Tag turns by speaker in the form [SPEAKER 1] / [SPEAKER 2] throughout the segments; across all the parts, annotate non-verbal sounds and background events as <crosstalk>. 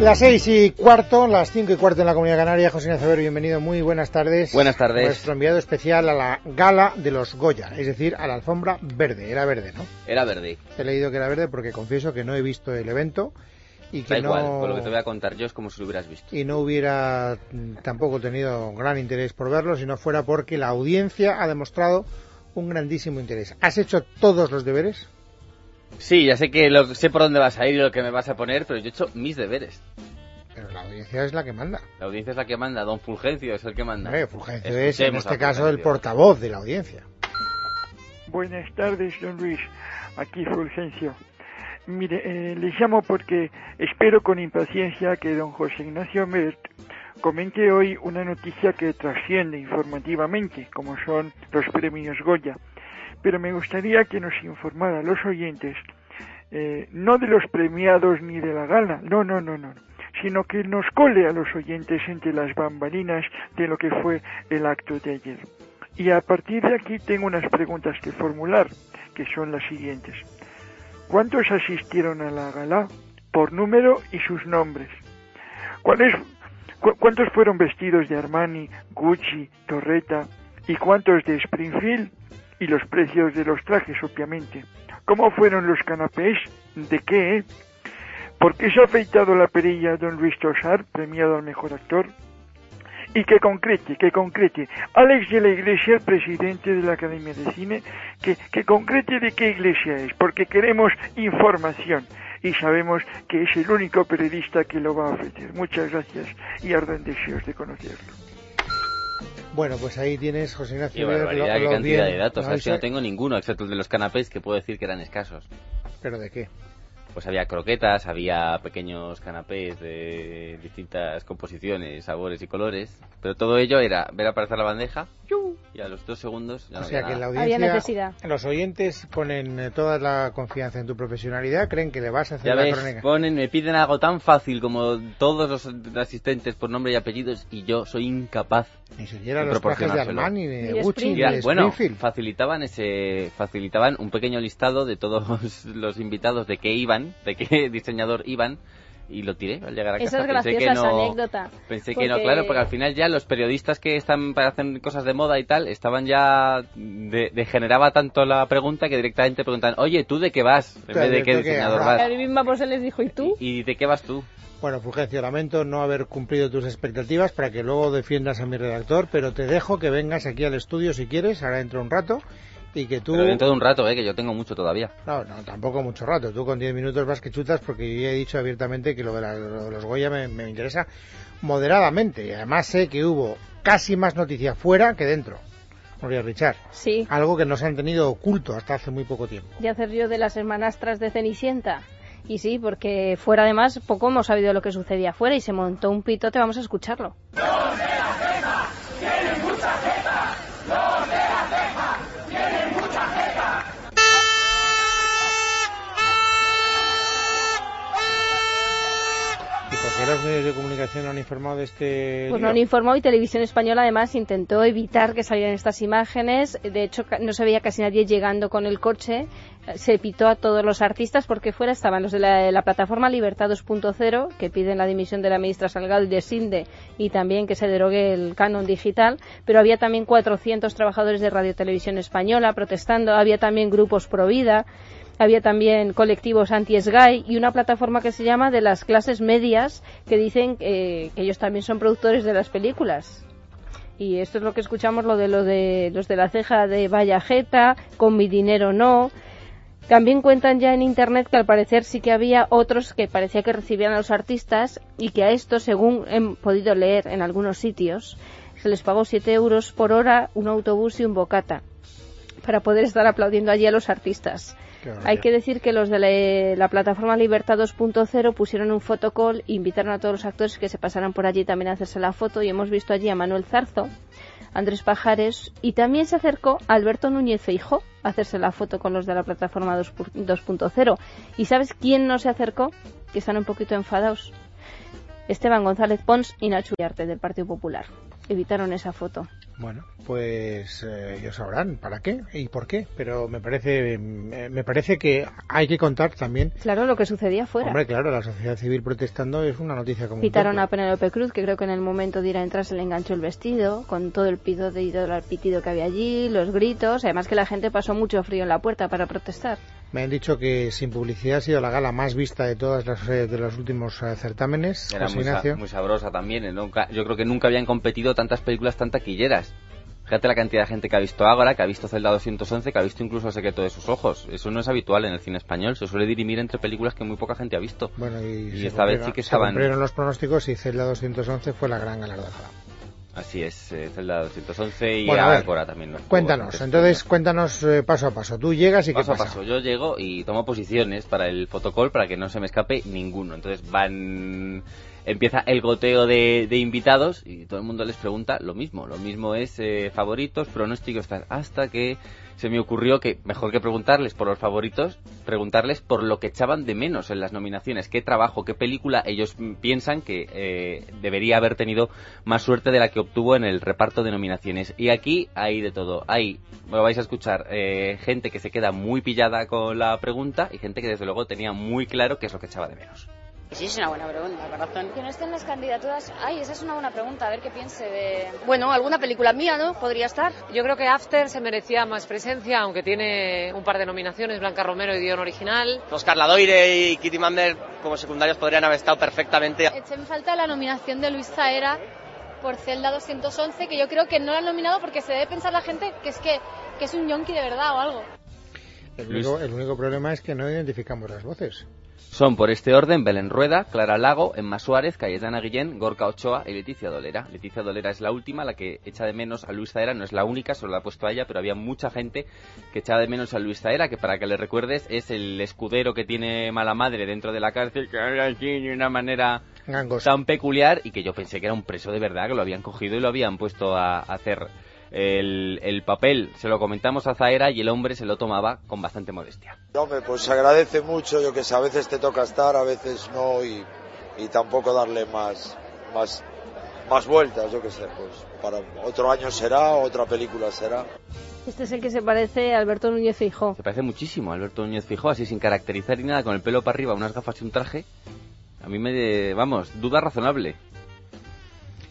[SPEAKER 1] Las seis y cuarto, las cinco y cuarto en la Comunidad Canaria. José Ignacio Vero, bienvenido. Muy buenas tardes.
[SPEAKER 2] Buenas tardes.
[SPEAKER 1] Nuestro enviado especial a la gala de los Goya, es decir, a la alfombra verde. Era verde, ¿no?
[SPEAKER 2] Era verde.
[SPEAKER 1] Te he leído Pues, que era verde porque confieso que no he visto el evento y que
[SPEAKER 2] Da
[SPEAKER 1] no...
[SPEAKER 2] igual, con lo que te voy a contar yo es como si lo hubieras visto.
[SPEAKER 1] y no hubiera mm, tampoco tenido gran interés por verlo si no fuera porque la audiencia ha demostrado un grandísimo interés. ¿Has hecho todos los deberes?
[SPEAKER 2] Sí, ya sé que lo, sé por dónde vas a ir y lo que me vas a poner, pero yo he hecho mis deberes.
[SPEAKER 1] Pero la audiencia es la que manda.
[SPEAKER 2] La audiencia es la que manda, don Fulgencio es el que manda.
[SPEAKER 1] Hombre, Fulgencio es, en
[SPEAKER 2] Escuchemos a
[SPEAKER 1] este caso, el
[SPEAKER 2] Fulgencio.
[SPEAKER 1] portavoz de la audiencia.
[SPEAKER 3] Buenas tardes, don Luis. Aquí Fulgencio. Mire, eh, le llamo porque espero con impaciencia que don José Ignacio Mert comente hoy una noticia que trasciende informativamente, como son los premios Goya. Pero me gustaría que nos informara a los oyentes, eh, no de los premiados ni de la gala, no, no, no, no, sino que nos cole a los oyentes entre las bambalinas de lo que fue el acto de ayer. Y a partir de aquí tengo unas preguntas que formular, que son las siguientes. ¿Cuántos asistieron a la gala por número y sus nombres? ¿Cuáles, cu- ¿Cuántos fueron vestidos de Armani, Gucci, Torreta y cuántos de Springfield? Y los precios de los trajes, obviamente. ¿Cómo fueron los canapés? ¿De qué? ¿Por qué se ha afeitado la perilla don Luis Tosar, premiado al mejor actor? y que concrete, que concrete. Alex de la Iglesia, el presidente de la Academia de Cine, que, que concrete de qué iglesia es, porque queremos información y sabemos que es el único periodista que lo va a ofrecer. Muchas gracias y arden deseos de conocerlo.
[SPEAKER 1] Bueno, pues ahí tienes, José Ignacio.
[SPEAKER 2] Qué
[SPEAKER 1] Vero,
[SPEAKER 2] barbaridad,
[SPEAKER 1] lo-
[SPEAKER 2] qué
[SPEAKER 1] lo
[SPEAKER 2] cantidad
[SPEAKER 1] bien.
[SPEAKER 2] de datos.
[SPEAKER 1] No,
[SPEAKER 2] Así
[SPEAKER 1] ese-
[SPEAKER 2] no tengo ninguno, excepto el de los canapés, que puedo decir que eran escasos.
[SPEAKER 1] ¿Pero de qué?
[SPEAKER 2] Pues había croquetas, había pequeños canapés de distintas composiciones, sabores y colores. Pero todo ello era ver aparecer la bandeja y a los dos segundos ya
[SPEAKER 1] o
[SPEAKER 2] no
[SPEAKER 1] sea
[SPEAKER 2] había
[SPEAKER 1] que la
[SPEAKER 2] nada.
[SPEAKER 1] audiencia,
[SPEAKER 4] Había necesidad.
[SPEAKER 1] los oyentes ponen eh, toda la confianza en tu profesionalidad, creen que le vas a hacer
[SPEAKER 2] Ya
[SPEAKER 1] la
[SPEAKER 2] ves,
[SPEAKER 1] crónica.
[SPEAKER 2] ponen, me piden algo tan fácil como todos los asistentes por nombre y apellidos y yo soy incapaz.
[SPEAKER 1] Ni siquiera
[SPEAKER 2] y
[SPEAKER 1] los trajes de
[SPEAKER 2] proporcionárselo.
[SPEAKER 1] Armani, ni
[SPEAKER 4] Ni
[SPEAKER 1] de
[SPEAKER 4] de
[SPEAKER 1] Gucci, ni
[SPEAKER 2] Ya,
[SPEAKER 1] de
[SPEAKER 2] bueno,
[SPEAKER 1] Springfield.
[SPEAKER 2] facilitaban ese, facilitaban un pequeño listado de todos <laughs> los invitados de qué iban, de qué <laughs> diseñador iban y lo tiré al llegar a
[SPEAKER 4] Esa
[SPEAKER 2] casa.
[SPEAKER 4] es graciosa
[SPEAKER 2] que
[SPEAKER 4] esa
[SPEAKER 2] no-
[SPEAKER 4] anécdota.
[SPEAKER 2] Pensé que no, claro, porque al final ya los periodistas que están para hacer cosas de moda y tal, estaban ya. de- degeneraba tanto la pregunta que directamente preguntan, oye, ¿tú de qué vas? En
[SPEAKER 1] Claro,
[SPEAKER 2] vez de
[SPEAKER 1] ¿tú
[SPEAKER 2] qué
[SPEAKER 1] qué
[SPEAKER 2] diseñador
[SPEAKER 1] habrás?
[SPEAKER 2] vas.
[SPEAKER 4] El mismo pues él les dijo, ¿y tú?
[SPEAKER 2] ¿Y de qué vas tú?
[SPEAKER 1] Bueno, Fulgencio, lamento no haber cumplido tus expectativas para que luego defiendas a mi redactor, pero te dejo que vengas aquí al estudio si quieres, ahora dentro de un rato, y que tú...
[SPEAKER 2] Pero dentro de un rato, eh, que yo tengo mucho todavía.
[SPEAKER 1] No, no, tampoco mucho rato. Tú con 10 minutos vas que chutas porque yo ya he dicho abiertamente que lo de, la- lo de los Goya me, me interesa moderadamente. Y además sé que hubo casi más noticias fuera que dentro. María Richard.
[SPEAKER 4] Sí.
[SPEAKER 1] Algo que nos han tenido oculto hasta hace muy poco tiempo.
[SPEAKER 4] Y hacer yo de las hermanastras de Cenicienta. Y sí, porque fuera además poco hemos sabido lo que sucedía afuera y se montó un pitote, vamos a escucharlo.
[SPEAKER 1] ¿Y por qué los medios de comunicación no han informado de este.?
[SPEAKER 4] Pues
[SPEAKER 1] lío?
[SPEAKER 4] no han informado y Televisión Española además intentó evitar que salieran estas imágenes. De hecho, ca- no se veía casi nadie llegando con el coche. Eh, Se pitó a todos los artistas porque fuera estaban los de la, la plataforma Libertad 2.0, que piden la dimisión de la ministra Salgado y de Sinde y también que se derogue el canon digital. Pero había también 400 trabajadores de Radio Televisión Española protestando. Había también grupos pro vida. Había también colectivos anti-SGAI y una plataforma que se llama de las clases medias que dicen eh, que ellos también son productores de las películas. Y esto es lo que escuchamos, lo de, lo de los de la ceja de Vallajeta, con mi dinero no. También cuentan ya en internet que al parecer sí que había otros que parecía que recibían a los artistas y que a estos, según he podido leer en algunos sitios, se les pagó 7 euros por hora, un autobús y un bocata para poder estar aplaudiendo allí a los artistas.
[SPEAKER 1] Qué barbaridad.
[SPEAKER 4] Hay que decir que los de la, la plataforma Libertad 2.0 pusieron un fotocall, e invitaron a todos los actores que se pasaran por allí también a hacerse la foto y hemos visto allí a Manuel Zarzo, Andrés Pajares, y también se acercó a Alberto Núñez Feijó a hacerse la foto con los de la plataforma 2.0. ¿Y sabes quién no se acercó? Que están un poquito enfadados. Esteban González Pons y Nacho Arte del Partido Popular. Evitaron esa foto.
[SPEAKER 1] Bueno, pues eh, ellos sabrán para qué y por qué, pero me parece eh, me parece que hay que contar también.
[SPEAKER 4] Claro, lo que sucedía fuera.
[SPEAKER 1] Hombre, claro, la sociedad civil protestando es una noticia como
[SPEAKER 4] Pitaron a Penélope Cruz, que creo que en el momento de ir a entrar se le enganchó el vestido, con todo el pitido, el pitido que había allí, los gritos, además que la gente pasó mucho frío en la puerta para protestar.
[SPEAKER 1] Me han dicho que sin publicidad ha sido la gala más vista de todas las eh, de los últimos certámenes.
[SPEAKER 2] Era muy, sa muy, sabrosa también. eh, Nunca, yo creo que nunca habían competido tantas películas tan taquilleras. Fíjate la cantidad de gente que ha visto Ágora, que ha visto Zelda 211, que ha visto incluso El secreto de sus ojos. Eso no es habitual en el cine español. Se suele dirimir entre películas que muy poca gente ha visto.
[SPEAKER 1] Bueno, y,
[SPEAKER 2] y esta vez sí que estaban.
[SPEAKER 1] Se cumplieron los pronósticos y Zelda 211 fue la gran galardonada.
[SPEAKER 2] Así es, eh, Zelda 211 y bueno, a ver, Ágora también. ¿no? Pues,
[SPEAKER 1] Cuéntanos, entonces cuéntanos eh, paso a paso. Tú llegas y
[SPEAKER 2] paso
[SPEAKER 1] qué pasa.
[SPEAKER 2] Paso a paso, yo llego y tomo posiciones para el fotocall para que no se me escape ninguno. Entonces van empieza el goteo de, de, invitados y todo el mundo les pregunta lo mismo. Lo mismo es eh, favoritos, pronósticos, tal. Hasta que se me ocurrió que mejor que preguntarles por los favoritos, preguntarles por lo que echaban de menos en las nominaciones, qué trabajo, qué película ellos piensan que eh, debería haber tenido más suerte de la que obtuvo en el reparto de nominaciones. Y aquí hay de todo. Hay, lo vais a escuchar, eh, gente que se queda muy pillada con la pregunta y gente que desde luego tenía muy claro qué es lo que echaba de menos.
[SPEAKER 5] Sí, es una buena pregunta, corazón.
[SPEAKER 6] Que no estén las candidaturas. Ay, esa es una buena pregunta, a ver qué piense de.
[SPEAKER 5] Bueno, alguna película mía, ¿no? Podría estar.
[SPEAKER 7] Yo creo que After se merecía más presencia, aunque tiene un par de nominaciones, Blanca Romero y Dion Original.
[SPEAKER 8] Oscar Ladoire y Kitty Mander como secundarios podrían haber estado perfectamente.
[SPEAKER 9] Eché en falta la nominación de Luis Zaera por Zelda 211, que yo creo que no la han nominado porque se debe pensar la gente que es que, que es un yonki de verdad o algo.
[SPEAKER 1] El único, el único problema es que no identificamos las voces.
[SPEAKER 2] Son por este orden Belén Rueda, Clara Lago, Emma Suárez, Cayetana Guillén, Gorka Ochoa y Leticia Dolera. Leticia Dolera es la última, la que echa de menos a Luis Zaera, no es la única, solo la ha puesto a ella, pero había mucha gente que echaba de menos a Luis Zaera, que para que le recuerdes es el escudero que tiene mala madre dentro de la cárcel, que habla así de una manera
[SPEAKER 1] Gangosa.
[SPEAKER 2] tan peculiar y que yo pensé que era un preso de verdad, que lo habían cogido y lo habían puesto a hacer el, el, papel. Se lo comentamos a Zaera y el hombre se lo tomaba con bastante modestia.
[SPEAKER 10] Hombre, pues se agradece mucho, yo que sé, a veces te toca estar, a veces no, y, y tampoco darle más, más, más vueltas, yo que sé, pues para otro año será, otra película será.
[SPEAKER 4] Este es el que se parece a Alberto Núñez Fijó.
[SPEAKER 2] Se parece muchísimo a Alberto Núñez Fijó, así sin caracterizar ni nada, con el pelo para arriba, unas gafas y un traje. A mí me, vamos, duda razonable.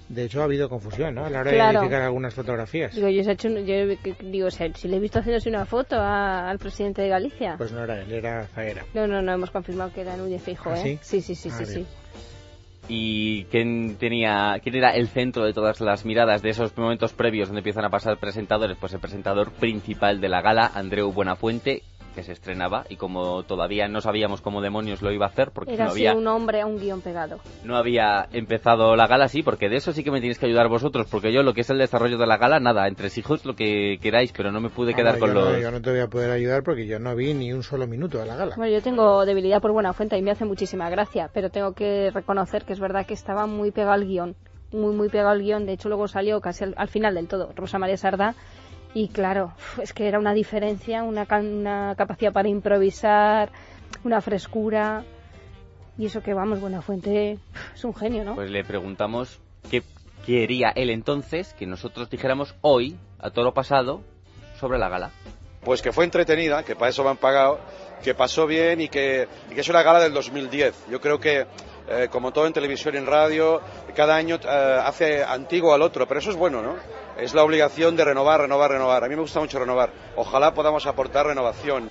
[SPEAKER 1] De hecho, ha habido confusión, ¿no? A la hora de claro. verificar algunas fotografías.
[SPEAKER 4] Digo, yo, se ha hecho, un, yo digo, se ha, si le he visto haciéndose una foto a, al presidente de Galicia.
[SPEAKER 1] Pues no era él, era Zaera.
[SPEAKER 4] No, no, no, hemos confirmado que era Núñez Fijo,
[SPEAKER 1] ¿Ah,
[SPEAKER 4] ¿eh? Sí, sí, sí, ah, sí, sí.
[SPEAKER 2] ¿Y quién, tenía, quién era el centro de todas las miradas de esos momentos previos donde empiezan a pasar presentadores? Pues el presentador principal de la gala, Andreu Buenafuente, que se estrenaba y como todavía no sabíamos cómo demonios lo iba a hacer porque
[SPEAKER 4] Era
[SPEAKER 2] no había
[SPEAKER 4] así un hombre a un guión pegado.
[SPEAKER 2] No había empezado la gala sí, porque de eso sí que me tenéis que ayudar vosotros, porque yo lo que es el desarrollo de la gala nada, entre hijos lo que queráis, pero no me pude quedar
[SPEAKER 1] Ah, no,
[SPEAKER 2] con
[SPEAKER 1] yo
[SPEAKER 2] los
[SPEAKER 1] no, yo no te voy a poder ayudar porque yo no vi ni un solo minuto de la gala.
[SPEAKER 4] Bueno, yo tengo debilidad por buena fuente y me hace muchísima gracia, pero tengo que reconocer que es verdad que estaba muy pegado al guión, muy muy pegado al guión, de hecho luego salió casi al, al final del todo Rosa María Sardá y claro, es que era una diferencia, una, una, capacidad para improvisar, una frescura. Y eso que vamos, Buenafuente es un genio, ¿no?
[SPEAKER 2] Pues le preguntamos qué quería él entonces que nosotros dijéramos hoy, a todo lo pasado, sobre la gala.
[SPEAKER 11] Pues que fue entretenida, que para eso me han pagado, que pasó bien y que, y que es una gala del 2010. Yo creo que eh, como todo en televisión y en radio, cada año eh, hace antiguo al otro, pero eso es bueno, ¿no? Es la obligación de renovar, renovar, renovar. A mí me gusta mucho renovar. Ojalá podamos aportar renovación.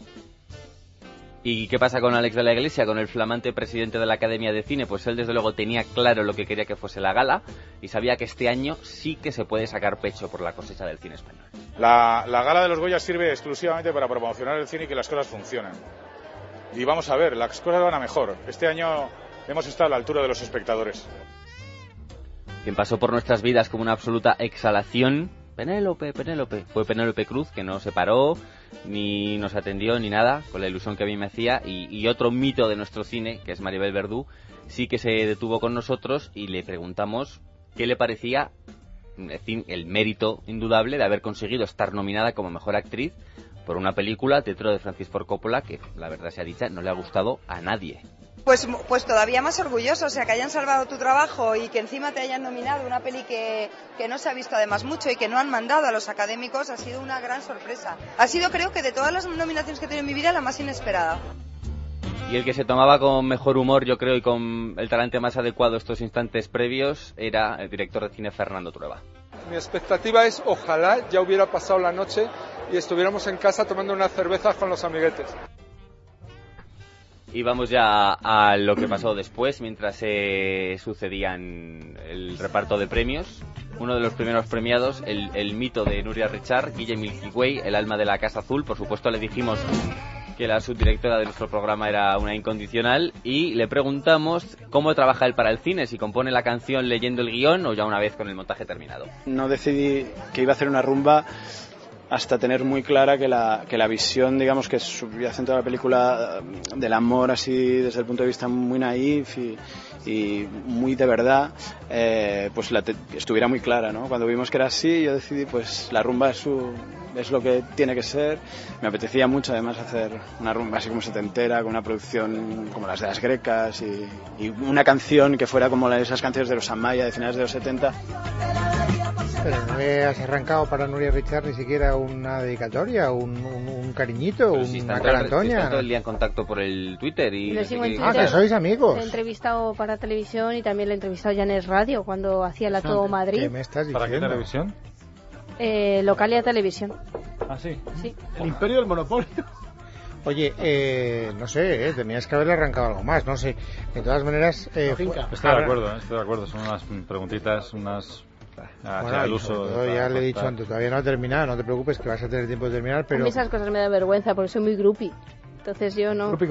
[SPEAKER 2] ¿Y qué pasa con Alex de la Iglesia, con el flamante presidente de la Academia de Cine? Pues él desde luego tenía claro lo que quería que fuese la gala y sabía que este año sí que se puede sacar pecho por la cosecha del cine español.
[SPEAKER 12] La, la gala de los Goya sirve exclusivamente para promocionar el cine y que las cosas funcionen. Y vamos a ver, las cosas van a mejor. Este año hemos estado a la altura de los espectadores.
[SPEAKER 2] Quien pasó por nuestras vidas como una absoluta exhalación, Penélope, Penélope, fue Penélope Cruz que no se paró, ni nos atendió, ni nada, con la ilusión que a mí me hacía, y, y otro mito de nuestro cine, que es Maribel Verdú, sí que se detuvo con nosotros y le preguntamos qué le parecía el mérito indudable de haber conseguido estar nominada como mejor actriz por una película, Teatro de Francis Ford Coppola, que la verdad sea dicha, no le ha gustado a nadie.
[SPEAKER 13] Pues, pues todavía más orgulloso, o sea, que hayan salvado tu trabajo y que encima te hayan nominado una peli que, que no se ha visto además mucho y que no han mandado a los académicos, ha sido una gran sorpresa. Ha sido, creo que, de todas las nominaciones que he tenido en mi vida, la más inesperada.
[SPEAKER 2] Y el que se tomaba con mejor humor, yo creo, y con el talante más adecuado estos instantes previos, era el director de cine Fernando Trueba.
[SPEAKER 14] Mi expectativa es ojalá ya hubiera pasado la noche y estuviéramos en casa tomando unas cervezas con los amiguetes.
[SPEAKER 2] Y vamos ya a lo que pasó después, mientras se eh, sucedían el reparto de premios. Uno de los primeros premiados, el, el mito de Nuria Richard, Guillem Milky el alma de la Casa Azul. Por supuesto, le dijimos que la subdirectora de nuestro programa era una incondicional, y le preguntamos cómo trabaja él para el cine, si compone la canción leyendo el guión o ya una vez con el montaje terminado.
[SPEAKER 15] No decidí que iba a hacer una rumba hasta tener muy clara que la, que la visión, digamos, que subyacente de la película eh, del amor, así desde el punto de vista muy naif y, y muy de verdad, eh, pues la te, estuviera muy clara, ¿no? Cuando vimos que era así, yo decidí, pues la rumba es, su, es lo que tiene que ser. Me apetecía mucho, además, hacer una rumba así como setentera, con una producción como las de las grecas y, y una canción que fuera como esas canciones de los Amaya de finales de los 70.
[SPEAKER 1] Pero no le has arrancado para Nuria Richard ni siquiera una dedicatoria, un, un, un cariñito, un,
[SPEAKER 2] si
[SPEAKER 1] una
[SPEAKER 2] están
[SPEAKER 1] cara
[SPEAKER 2] todo-
[SPEAKER 1] Antonia.
[SPEAKER 2] están todo el día en contacto por el Twitter y...
[SPEAKER 4] Lo sigo en
[SPEAKER 2] y-
[SPEAKER 1] Ah,
[SPEAKER 4] Twitter.
[SPEAKER 1] que sois amigos.
[SPEAKER 4] Le he entrevistado para televisión y también le he entrevistado ya en Es Radio cuando hacía la Todo
[SPEAKER 1] ¿Qué
[SPEAKER 4] Madrid,
[SPEAKER 1] me estás
[SPEAKER 16] ¿Para qué
[SPEAKER 1] diciendo?
[SPEAKER 16] televisión?
[SPEAKER 4] eh, Localia Televisión.
[SPEAKER 16] Ah, sí.
[SPEAKER 4] Sí.
[SPEAKER 16] El imperio del monopolio.
[SPEAKER 1] Oye, eh, no sé, eh, tenías que haberle arrancado algo más, no sé. De todas maneras... Eh, fue-
[SPEAKER 16] Estoy de acuerdo, ¿eh? estoy de acuerdo. Son unas preguntitas, unas... Ah,
[SPEAKER 1] Bueno,
[SPEAKER 16] sea, el
[SPEAKER 1] y
[SPEAKER 16] uso
[SPEAKER 1] sobre
[SPEAKER 16] de
[SPEAKER 1] todo
[SPEAKER 16] tal,
[SPEAKER 1] ya le he
[SPEAKER 16] tal,
[SPEAKER 1] dicho
[SPEAKER 16] tal.
[SPEAKER 1] antes, todavía no ha terminado, no te preocupes que vas a tener tiempo de terminar,
[SPEAKER 4] A
[SPEAKER 1] pero...
[SPEAKER 4] mí esas cosas me da vergüenza porque soy muy groupie. Entonces yo no.
[SPEAKER 1] ¿Qué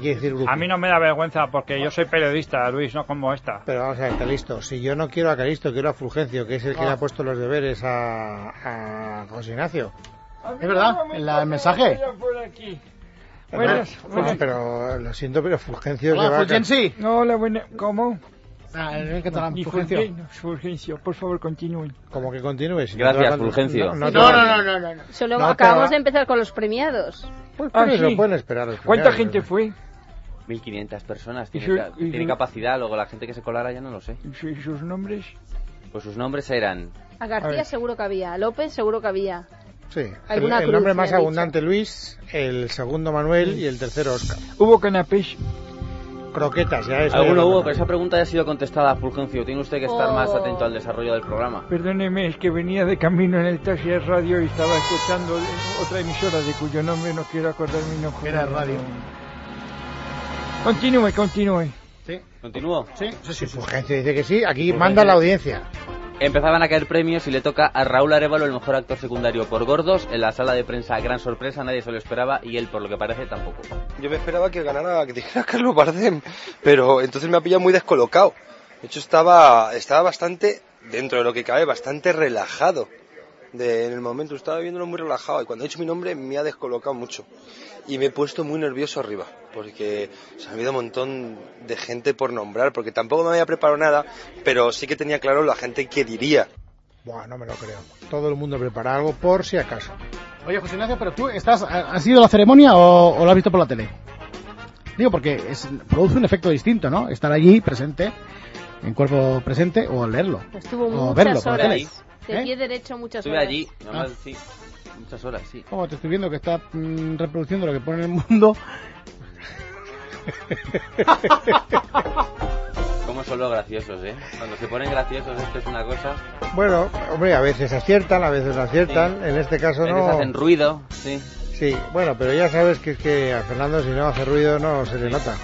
[SPEAKER 1] quiere decir grupo?
[SPEAKER 17] A mí no me da vergüenza porque yo soy periodista, Luis, no como esta.
[SPEAKER 1] Pero vamos a ver, Calisto, si yo no quiero a Calisto, quiero a Fulgencio, que es el que
[SPEAKER 17] Ah.
[SPEAKER 1] le ha puesto los deberes a, a José Ignacio.
[SPEAKER 18] Es verdad, en la- el mensaje. Buenas,
[SPEAKER 1] Bueno,
[SPEAKER 18] buenas.
[SPEAKER 1] pero lo siento, pero Fulgencio
[SPEAKER 18] Hola,
[SPEAKER 1] se va a-
[SPEAKER 18] Fulgenci.
[SPEAKER 17] No, hola, buena. ¿Cómo?
[SPEAKER 18] Ah, en catalán,
[SPEAKER 17] Ni
[SPEAKER 18] Fulgencio.
[SPEAKER 17] Fulgencio, Fulgencio, por favor, continúen.
[SPEAKER 1] Como que continúes. si
[SPEAKER 2] Gracias,
[SPEAKER 1] no te va a-
[SPEAKER 2] Fulgencio.
[SPEAKER 1] No, no, te
[SPEAKER 4] No,
[SPEAKER 1] va a-
[SPEAKER 4] no,
[SPEAKER 18] no.
[SPEAKER 4] Solo
[SPEAKER 1] No te
[SPEAKER 4] acabamos
[SPEAKER 1] va-
[SPEAKER 4] de empezar con los premiados.
[SPEAKER 1] Pues
[SPEAKER 2] Ah,
[SPEAKER 1] por eso
[SPEAKER 2] sí.
[SPEAKER 1] pueden esperar. los
[SPEAKER 2] ¿Cuánta
[SPEAKER 1] primeros.
[SPEAKER 2] gente
[SPEAKER 17] fue?
[SPEAKER 2] 1.500 personas.
[SPEAKER 17] Ah, Y su-
[SPEAKER 2] Tiene, ca-
[SPEAKER 17] y su-
[SPEAKER 2] tiene capacidad, luego la gente que se colara ya no lo sé.
[SPEAKER 17] ¿Y su- y sus nombres?
[SPEAKER 2] Pues sus nombres eran...
[SPEAKER 4] A
[SPEAKER 1] A
[SPEAKER 4] García
[SPEAKER 1] ver.
[SPEAKER 4] seguro que había, a López seguro que había.
[SPEAKER 1] Sí. El,
[SPEAKER 4] Alguna
[SPEAKER 1] el
[SPEAKER 4] cruz,
[SPEAKER 1] nombre
[SPEAKER 4] me
[SPEAKER 1] más
[SPEAKER 4] ha dicho.
[SPEAKER 1] abundante Luis, el segundo Manuel y el tercero Oscar.
[SPEAKER 17] Hubo canapés.
[SPEAKER 1] Croquetas, ya es.
[SPEAKER 2] Alguno hubo, pero esa pregunta ya ha sido contestada, Fulgencio. Tiene usted que estar
[SPEAKER 17] Oh.
[SPEAKER 2] más atento al desarrollo del programa.
[SPEAKER 17] Perdóneme, es que venía de camino en el taxi de radio y estaba escuchando otra emisora de cuyo nombre no quiero acordarme. No
[SPEAKER 18] Era radio.
[SPEAKER 17] Continúe, continúe.
[SPEAKER 2] ¿Continúo?
[SPEAKER 18] Sí, sí, sí.
[SPEAKER 1] Fulgencio dice que sí, aquí
[SPEAKER 2] Fulgencio.
[SPEAKER 1] manda la audiencia.
[SPEAKER 2] Empezaban a caer premios y le toca a Raúl Arevalo el mejor actor secundario por Gordos. En la sala de prensa, gran sorpresa, nadie se lo esperaba y él, por lo que parece, tampoco.
[SPEAKER 10] Yo me esperaba que ganara, que dijera Carlos Bardem, pero entonces me ha pillado muy descolocado. De hecho, estaba, estaba bastante, dentro de lo que cabe, bastante relajado. De- en el momento estaba viéndolo muy relajado y cuando he hecho mi nombre me ha descolocado mucho. Y me he puesto muy nervioso arriba, porque se ha habido un montón de gente por nombrar, porque tampoco me había preparado nada, pero sí que tenía claro la gente que diría.
[SPEAKER 1] Buah, no me lo creo. Todo el mundo prepara algo por si acaso.
[SPEAKER 18] Oye, José Ignacio, pero tú estás, ¿has ido a la ceremonia o, o lo has visto por la tele? Digo, porque es- produce un efecto distinto, ¿no? Estar allí presente, en cuerpo presente, o leerlo.
[SPEAKER 4] Estuvo
[SPEAKER 18] o
[SPEAKER 4] muchas
[SPEAKER 18] Oh, verlo ¿Eh? por la tele.
[SPEAKER 4] horas. De pie derecho muchas
[SPEAKER 2] Estuve
[SPEAKER 4] horas.
[SPEAKER 2] allí, nomás, sí, muchas horas, sí.
[SPEAKER 18] Como te estoy viendo que está mm, reproduciendo lo que pone en el mundo.
[SPEAKER 2] Como son los graciosos, ¿eh? Cuando se ponen graciosos, esto es una cosa.
[SPEAKER 1] Bueno, hombre, a veces aciertan, a veces no aciertan. En este
[SPEAKER 2] A
[SPEAKER 1] caso
[SPEAKER 2] veces
[SPEAKER 1] no.
[SPEAKER 2] hacen ruido, sí.
[SPEAKER 1] Sí, bueno, pero ya sabes que es que a Fernando si no hace ruido no se le nota.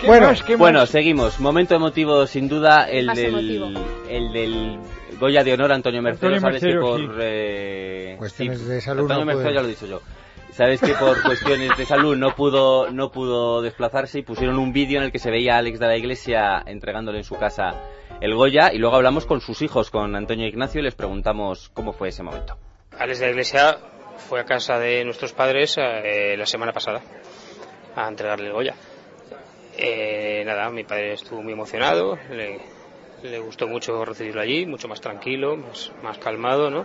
[SPEAKER 2] ¿Qué
[SPEAKER 1] Bueno,
[SPEAKER 2] más? ¿Qué bueno, seguimos. Momento emotivo, sin duda, el
[SPEAKER 1] Más
[SPEAKER 2] del,
[SPEAKER 1] emotivo.
[SPEAKER 2] el del Goya de Honor, Antonio Mercero.
[SPEAKER 1] Antonio
[SPEAKER 2] sabes
[SPEAKER 1] Mercero,
[SPEAKER 2] que
[SPEAKER 1] sí.
[SPEAKER 2] por. eh,
[SPEAKER 1] Cuestiones
[SPEAKER 2] sí,
[SPEAKER 1] de salud
[SPEAKER 2] Antonio
[SPEAKER 1] no
[SPEAKER 2] Mercero
[SPEAKER 1] puede.
[SPEAKER 2] ya lo he dicho yo. Sabes que
[SPEAKER 1] <laughs>
[SPEAKER 2] por cuestiones de salud no pudo, no pudo desplazarse y pusieron un vídeo en el que se veía a Alex de la Iglesia entregándole en su casa el Goya y luego hablamos con sus hijos, con Antonio e Ignacio, y les preguntamos cómo fue ese momento.
[SPEAKER 19] Alex de la Iglesia fue a casa de nuestros padres eh, la semana pasada a entregarle el Goya. Eh, nada, mi padre estuvo muy emocionado, le, le gustó mucho recibirlo allí, mucho más tranquilo, más, más calmado, ¿no?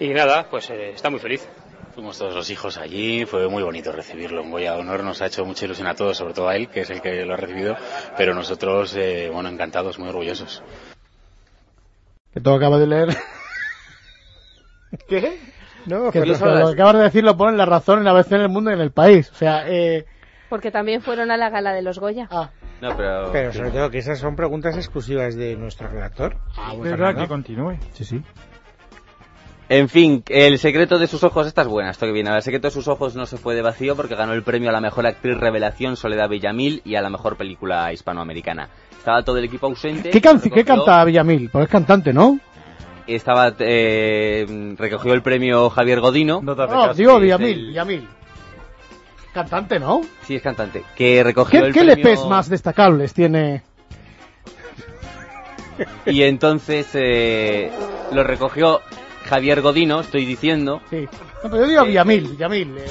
[SPEAKER 19] Y nada, pues eh, está muy feliz.
[SPEAKER 20] Fuimos todos los hijos allí, fue muy bonito recibirlo. En Goya Honor nos ha hecho mucha ilusión a todos, sobre todo a él, que es el que lo ha recibido, pero nosotros, eh, bueno, encantados, muy orgullosos.
[SPEAKER 18] Que todo acaba de leer.
[SPEAKER 1] <laughs> ¿Qué? No,
[SPEAKER 18] que
[SPEAKER 1] Fernando.
[SPEAKER 18] lo, lo que acabas de decir lo ponen la razón en la vez en el mundo y en el país. O sea, eh,
[SPEAKER 4] Porque también fueron a la gala de los Goya.
[SPEAKER 18] Ah,
[SPEAKER 2] No, pero...
[SPEAKER 1] Pero sobre todo que esas son preguntas exclusivas de nuestro redactor.
[SPEAKER 17] Es
[SPEAKER 1] Fernando.
[SPEAKER 17] verdad que continúe.
[SPEAKER 18] Sí, sí.
[SPEAKER 2] En fin, el secreto de sus ojos, esta es buena, esto que viene. ahora. El secreto de sus ojos no se fue de vacío porque ganó el premio a la mejor actriz revelación Soledad Villamil y a la mejor película hispanoamericana. Estaba todo el equipo ausente.
[SPEAKER 18] ¿Qué, can- ¿Qué
[SPEAKER 2] recogió-
[SPEAKER 18] canta Villamil? Pues es cantante, ¿no?
[SPEAKER 2] Estaba, eh, recogió el premio Javier Godino.
[SPEAKER 18] No, digo Villamil, Villamil. Cantante, ¿no?
[SPEAKER 2] Sí, es cantante. Que recogió
[SPEAKER 18] ¿Qué,
[SPEAKER 2] el
[SPEAKER 18] qué
[SPEAKER 2] premio...
[SPEAKER 18] lepes más destacables tiene?
[SPEAKER 2] Y entonces eh, lo recogió Javier Godino, estoy diciendo.
[SPEAKER 18] Sí. No, pero yo digo Villamil, Villamil. eh,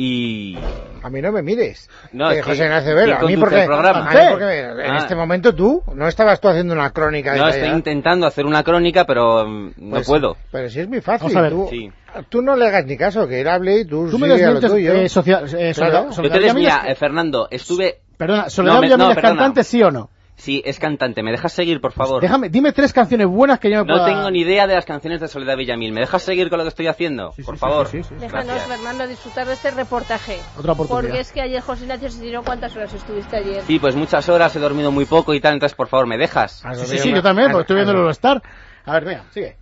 [SPEAKER 2] Y
[SPEAKER 1] A mí no me mires.
[SPEAKER 2] No, es
[SPEAKER 1] Eh,
[SPEAKER 2] que-
[SPEAKER 1] José Ignacio
[SPEAKER 2] ¿quién
[SPEAKER 1] Velo, a mí
[SPEAKER 2] conduce
[SPEAKER 1] porque,
[SPEAKER 2] el programa?
[SPEAKER 1] a mí
[SPEAKER 2] ¿Usted?
[SPEAKER 1] porque me- en
[SPEAKER 2] Ah.
[SPEAKER 1] este momento tú no estabas tú haciendo una crónica de
[SPEAKER 2] no estoy intentando hacer una crónica, pero mm, no
[SPEAKER 1] Pues,
[SPEAKER 2] puedo.
[SPEAKER 1] Pero sí es muy fácil.
[SPEAKER 18] Vamos a ver.
[SPEAKER 1] Tú,
[SPEAKER 2] Sí.
[SPEAKER 1] tú no le hagas ni caso, que él hable y tú,
[SPEAKER 18] Tú me
[SPEAKER 1] sigue a lo
[SPEAKER 18] desmientes,
[SPEAKER 1] tuyo.
[SPEAKER 18] eh, social- eh, Soledad-
[SPEAKER 1] Claro.
[SPEAKER 18] Soledad
[SPEAKER 2] Entonces,
[SPEAKER 18] Villamil
[SPEAKER 2] mira,
[SPEAKER 18] es-
[SPEAKER 2] eh, Fernando, estuve...
[SPEAKER 18] Perdona, Soledad
[SPEAKER 2] No, me-
[SPEAKER 18] Villamil
[SPEAKER 2] no,
[SPEAKER 18] es
[SPEAKER 2] perdona.
[SPEAKER 18] cantante, sí o no?
[SPEAKER 2] Sí, es cantante. ¿Me dejas seguir, por favor?
[SPEAKER 1] Pues
[SPEAKER 18] Déjame, dime tres canciones buenas que yo me
[SPEAKER 2] No
[SPEAKER 18] pueda-
[SPEAKER 2] tengo ni idea de las canciones de Soledad Villamil. ¿Me dejas seguir con lo que estoy haciendo? por favor.
[SPEAKER 4] Déjanos,
[SPEAKER 2] Gracias.
[SPEAKER 4] Fernando, disfrutar de este reportaje.
[SPEAKER 18] Otra oportunidad.
[SPEAKER 4] Porque es que ayer, José Ignacio, se tiró cuántas horas estuviste ayer.
[SPEAKER 2] Sí, pues muchas horas, he dormido muy poco y tal, entonces por favor, ¿me dejas?
[SPEAKER 1] Ah,
[SPEAKER 18] Sí, sí, sí, yo también, porque estoy viendo el Star. A ver, venga, sigue.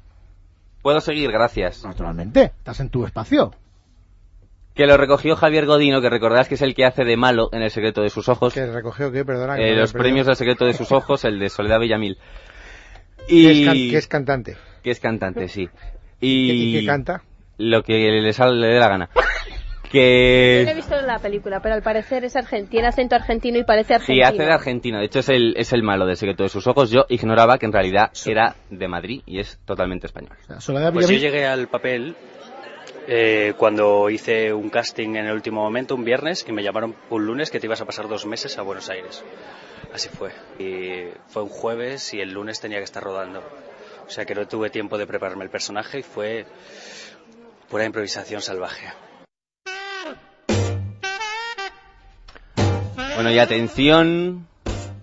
[SPEAKER 2] Puedo seguir, gracias.
[SPEAKER 18] Naturalmente, estás en tu espacio.
[SPEAKER 2] Que lo recogió Javier Godino, que recordarás que es el que hace de malo en El secreto de sus ojos.
[SPEAKER 1] Que recogió que, perdona. que
[SPEAKER 2] Eh,
[SPEAKER 1] no le
[SPEAKER 2] los
[SPEAKER 1] perdí.
[SPEAKER 2] premios del secreto de sus ojos, el de Soledad Villamil.
[SPEAKER 1] Que es, can-
[SPEAKER 2] Y
[SPEAKER 1] que es cantante.
[SPEAKER 2] que es cantante, sí.
[SPEAKER 1] Y
[SPEAKER 2] Y
[SPEAKER 1] que canta.
[SPEAKER 2] lo que le sale de la gana.
[SPEAKER 4] Yo no he
[SPEAKER 2] Que
[SPEAKER 4] visto en la película, pero al parecer es argentino, tiene acento argentino y
[SPEAKER 2] sí,
[SPEAKER 4] parece argentino.
[SPEAKER 2] hace de argentino. De hecho, es el, es el malo del secreto de sus ojos. Yo ignoraba que en realidad era de Madrid y es totalmente español.
[SPEAKER 18] Soledad
[SPEAKER 20] Pues yo
[SPEAKER 18] Villamil.
[SPEAKER 20] llegué al papel eh, cuando hice un casting en el último momento, un viernes, y me llamaron un lunes que te ibas a pasar dos meses a Buenos Aires. Así fue. Y fue un jueves y el lunes tenía que estar rodando. O sea que no tuve tiempo de prepararme el personaje y fue pura improvisación salvaje.
[SPEAKER 2] Bueno, y atención.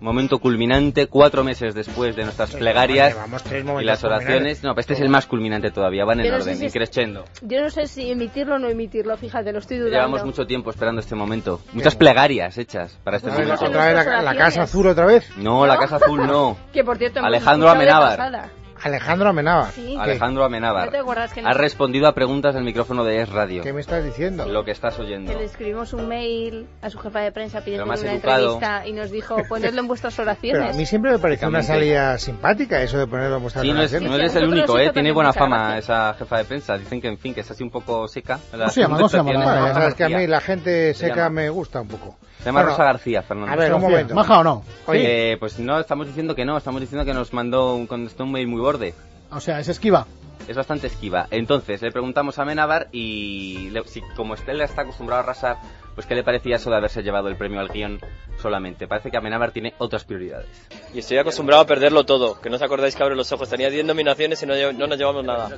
[SPEAKER 2] Momento culminante, cuatro meses después de nuestras plegarias
[SPEAKER 1] Vamos, tres
[SPEAKER 2] y
[SPEAKER 1] momentos
[SPEAKER 2] las oraciones.
[SPEAKER 1] culminantes.
[SPEAKER 2] No, pero este es el más culminante todavía, van en
[SPEAKER 4] Yo no sé
[SPEAKER 2] orden
[SPEAKER 4] si
[SPEAKER 2] y
[SPEAKER 4] es-
[SPEAKER 2] crescendo.
[SPEAKER 4] Yo no sé si emitirlo o no emitirlo, fíjate, lo estoy dudando.
[SPEAKER 2] Llevamos mucho tiempo esperando este momento. Muchas plegarias hechas para este
[SPEAKER 1] Otra vez,
[SPEAKER 2] momento.
[SPEAKER 1] otra vez la, la Casa Azul, otra vez.
[SPEAKER 2] No, la Casa Azul no.
[SPEAKER 4] Que por cierto, hemos
[SPEAKER 2] Alejandro
[SPEAKER 4] escuchado de
[SPEAKER 2] Amenábar.
[SPEAKER 4] pasada.
[SPEAKER 1] Alejandro Amenábar.
[SPEAKER 4] Sí.
[SPEAKER 1] ¿Qué?
[SPEAKER 2] Alejandro
[SPEAKER 4] ¿No te
[SPEAKER 2] Amenábar.
[SPEAKER 4] acuerdas que, le-
[SPEAKER 2] Ha respondido a preguntas del micrófono de Es Radio.
[SPEAKER 1] ¿Qué me estás diciendo?
[SPEAKER 2] Lo que estás oyendo.
[SPEAKER 4] que le escribimos un mail a su jefa de prensa pidiendo
[SPEAKER 2] más
[SPEAKER 4] una
[SPEAKER 2] educado.
[SPEAKER 4] entrevista y nos dijo ponedlo en vuestras
[SPEAKER 1] Pero a
[SPEAKER 4] oraciones?
[SPEAKER 1] mí siempre me pareció una
[SPEAKER 2] Básicamente.
[SPEAKER 1] salida simpática eso de ponerlo en vuestras
[SPEAKER 2] Sí, no, es,
[SPEAKER 1] relaciones.
[SPEAKER 2] no eres el
[SPEAKER 4] Nosotros
[SPEAKER 2] único,
[SPEAKER 4] hizo
[SPEAKER 2] ¿eh?
[SPEAKER 4] también
[SPEAKER 2] Tiene buena
[SPEAKER 4] mucha
[SPEAKER 2] fama
[SPEAKER 4] gracia.
[SPEAKER 2] esa jefa de prensa. Dicen que, en fin, que es así un poco seca.
[SPEAKER 18] ¿Cómo se llama? ¿Cómo se llama la-
[SPEAKER 1] Bueno, ya
[SPEAKER 18] Rosa
[SPEAKER 1] sabes que a mí
[SPEAKER 2] García.
[SPEAKER 1] la gente
[SPEAKER 2] Se
[SPEAKER 1] seca
[SPEAKER 2] llama.
[SPEAKER 1] me gusta un poco.
[SPEAKER 2] Se llama
[SPEAKER 1] Bueno,
[SPEAKER 2] Rosa García, Fernando.
[SPEAKER 1] A ver, un
[SPEAKER 18] Bien,
[SPEAKER 1] momento.
[SPEAKER 18] ¿Maja o no?
[SPEAKER 1] Oye,
[SPEAKER 2] Eh, pues no, estamos diciendo que no. Estamos diciendo que nos mandó un, contestó un mail muy borde.
[SPEAKER 18] O sea, es esquiva.
[SPEAKER 2] Es bastante esquiva. Entonces, le preguntamos a Menabar y le- si, como él está acostumbrado a arrasar, pues qué le parecía eso de haberse llevado el premio al guión solamente. Parece que Amenábar tiene otras prioridades.
[SPEAKER 21] Y estoy acostumbrado a perderlo todo. Que no os acordáis que abro los ojos. Tenía 10 nominaciones y no, lle- no nos llevamos nada.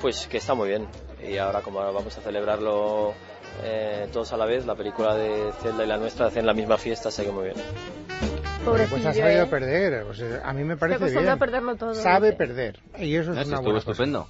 [SPEAKER 21] Pues que está muy bien. Y ahora, como ahora vamos a celebrarlo eh, todos a la vez, la película de Zelda y la nuestra hacen la misma fiesta, así que muy bien.
[SPEAKER 1] pues
[SPEAKER 4] Pobrecillo,
[SPEAKER 1] ha sabido
[SPEAKER 4] ¿eh?
[SPEAKER 1] perder. o sea, a mí me
[SPEAKER 4] Se
[SPEAKER 1] parece
[SPEAKER 4] acostumbra a
[SPEAKER 1] bien.
[SPEAKER 4] perderlo todo.
[SPEAKER 1] Sabe
[SPEAKER 4] dice.
[SPEAKER 1] perder. Y eso
[SPEAKER 2] No, eso
[SPEAKER 1] es una
[SPEAKER 2] estuvo
[SPEAKER 1] buena cosa.
[SPEAKER 2] estupendo.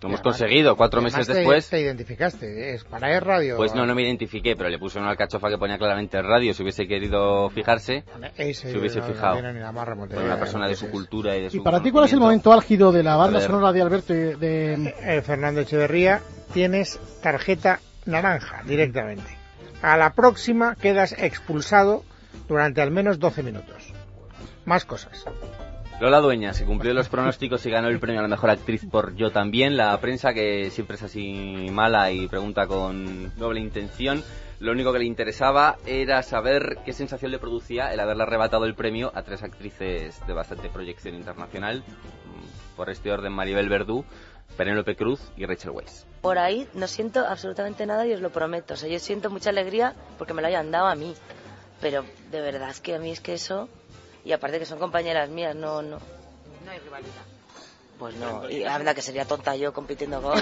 [SPEAKER 2] Lo hemos
[SPEAKER 1] Además-
[SPEAKER 2] conseguido cuatro
[SPEAKER 1] además
[SPEAKER 2] meses
[SPEAKER 1] te-
[SPEAKER 2] después.
[SPEAKER 1] Te, identificaste. Es para el radio.
[SPEAKER 2] Pues no, no me identifiqué, pero le puse una alcachofa que ponía claramente radio. Si hubiese querido fijarse,
[SPEAKER 1] Ese,
[SPEAKER 2] se hubiese
[SPEAKER 1] E no, no
[SPEAKER 2] fijado.
[SPEAKER 1] tiene ni la más remota
[SPEAKER 2] Con
[SPEAKER 1] idea
[SPEAKER 2] una
[SPEAKER 1] de
[SPEAKER 2] persona
[SPEAKER 1] lo
[SPEAKER 2] de
[SPEAKER 1] que
[SPEAKER 2] su
[SPEAKER 1] es.
[SPEAKER 2] cultura y de su.
[SPEAKER 18] ¿Y para ti cuál es el
[SPEAKER 2] conocimiento.
[SPEAKER 18] momento álgido de la
[SPEAKER 2] A
[SPEAKER 18] banda
[SPEAKER 2] ver.
[SPEAKER 18] sonora de Alberto y de...
[SPEAKER 1] Eh, Fernando Echeverría, tienes tarjeta naranja directamente. A la próxima quedas expulsado durante al menos 12 minutos. Más cosas.
[SPEAKER 2] Lola Dueña, se cumplió los pronósticos y ganó el premio a la mejor actriz por Yo también. La prensa, que siempre es así mala y pregunta con doble intención, lo único que le interesaba era saber qué sensación le producía el haberle arrebatado el premio a tres actrices de bastante proyección internacional. Mm, Por este orden, Maribel Verdú, Penélope Cruz y Rachel Weisz.
[SPEAKER 22] Por ahí no siento absolutamente nada y os lo prometo. O sea, yo siento mucha alegría porque me lo hayan dado a mí. Pero de verdad es que a mí es que eso Y aparte que son compañeras mías, no, no.
[SPEAKER 3] No hay rivalidad.
[SPEAKER 22] Pues no. Y la verdad que sería tonta yo compitiendo con.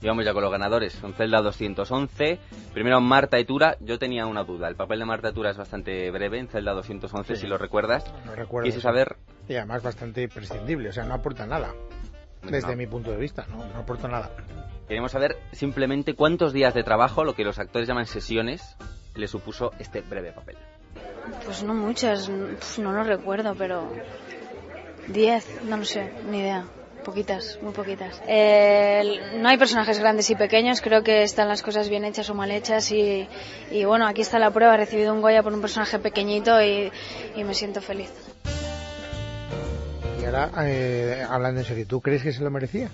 [SPEAKER 2] Y vamos ya con los ganadores. Son Zelda 211. Primero Marta Etura. Yo tenía una duda. El papel de Marta Etura es bastante breve en Zelda 211,
[SPEAKER 1] Sí.
[SPEAKER 2] si lo recuerdas.
[SPEAKER 1] No recuerdo.
[SPEAKER 2] Quise saber.
[SPEAKER 1] Y además bastante prescindible, o sea, no aporta nada. Desde mi punto de vista, no, no aporta nada.
[SPEAKER 2] Queremos saber simplemente cuántos días de trabajo, lo que los actores llaman sesiones, le supuso este breve papel.
[SPEAKER 6] Pues no muchas, n- pf, no lo recuerdo, pero. Diez, no lo sé, ni idea. Poquitas, muy poquitas. Eh, el- no hay personajes grandes y pequeños, creo que están las cosas bien hechas o mal hechas y, y bueno, aquí está la prueba, he recibido un Goya por un personaje pequeñito y, y me siento feliz.
[SPEAKER 1] Y ahora, eh, hablando en serio, ¿tú crees que se lo merecía?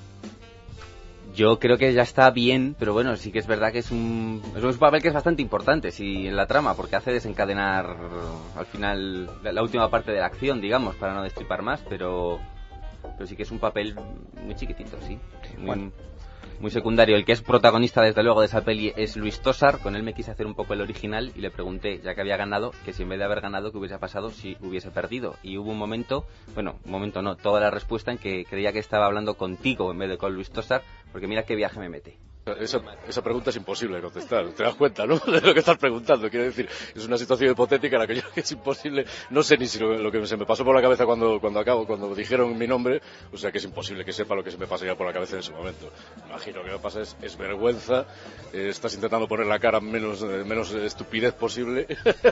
[SPEAKER 2] Yo creo que ya está bien, pero bueno, sí que es verdad que es un, es un papel que es bastante importante sí, en la trama, porque hace desencadenar al final la, la última parte de la acción, digamos, para no destripar más, pero, pero sí que es un papel muy chiquitito, sí. Muy, muy secundario. El que es protagonista, desde luego, de esa peli es Luis Tosar. Con él me quise hacer un poco el original y le pregunté, ya que había ganado, que si en vez de haber ganado, ¿qué hubiese pasado si hubiese perdido? Y hubo un momento, bueno, un momento no, toda la respuesta en que creía que estaba hablando contigo en vez de con Luis Tosar, porque mira qué viaje me mete.
[SPEAKER 23] Esa, esa pregunta es imposible de contestar, te das cuenta, ¿no? <laughs> De lo que estás preguntando. Quiero decir, es una situación hipotética en la que yo <laughs> es imposible. No sé ni si lo, lo que se me pasó por la cabeza cuando, cuando acabo, cuando dijeron mi nombre. O sea que es imposible que sepa lo que se me pasaría por la cabeza en ese momento. Imagino que lo que pasa es, es vergüenza. eh, estás intentando poner la cara menos, eh, menos estupidez posible <laughs>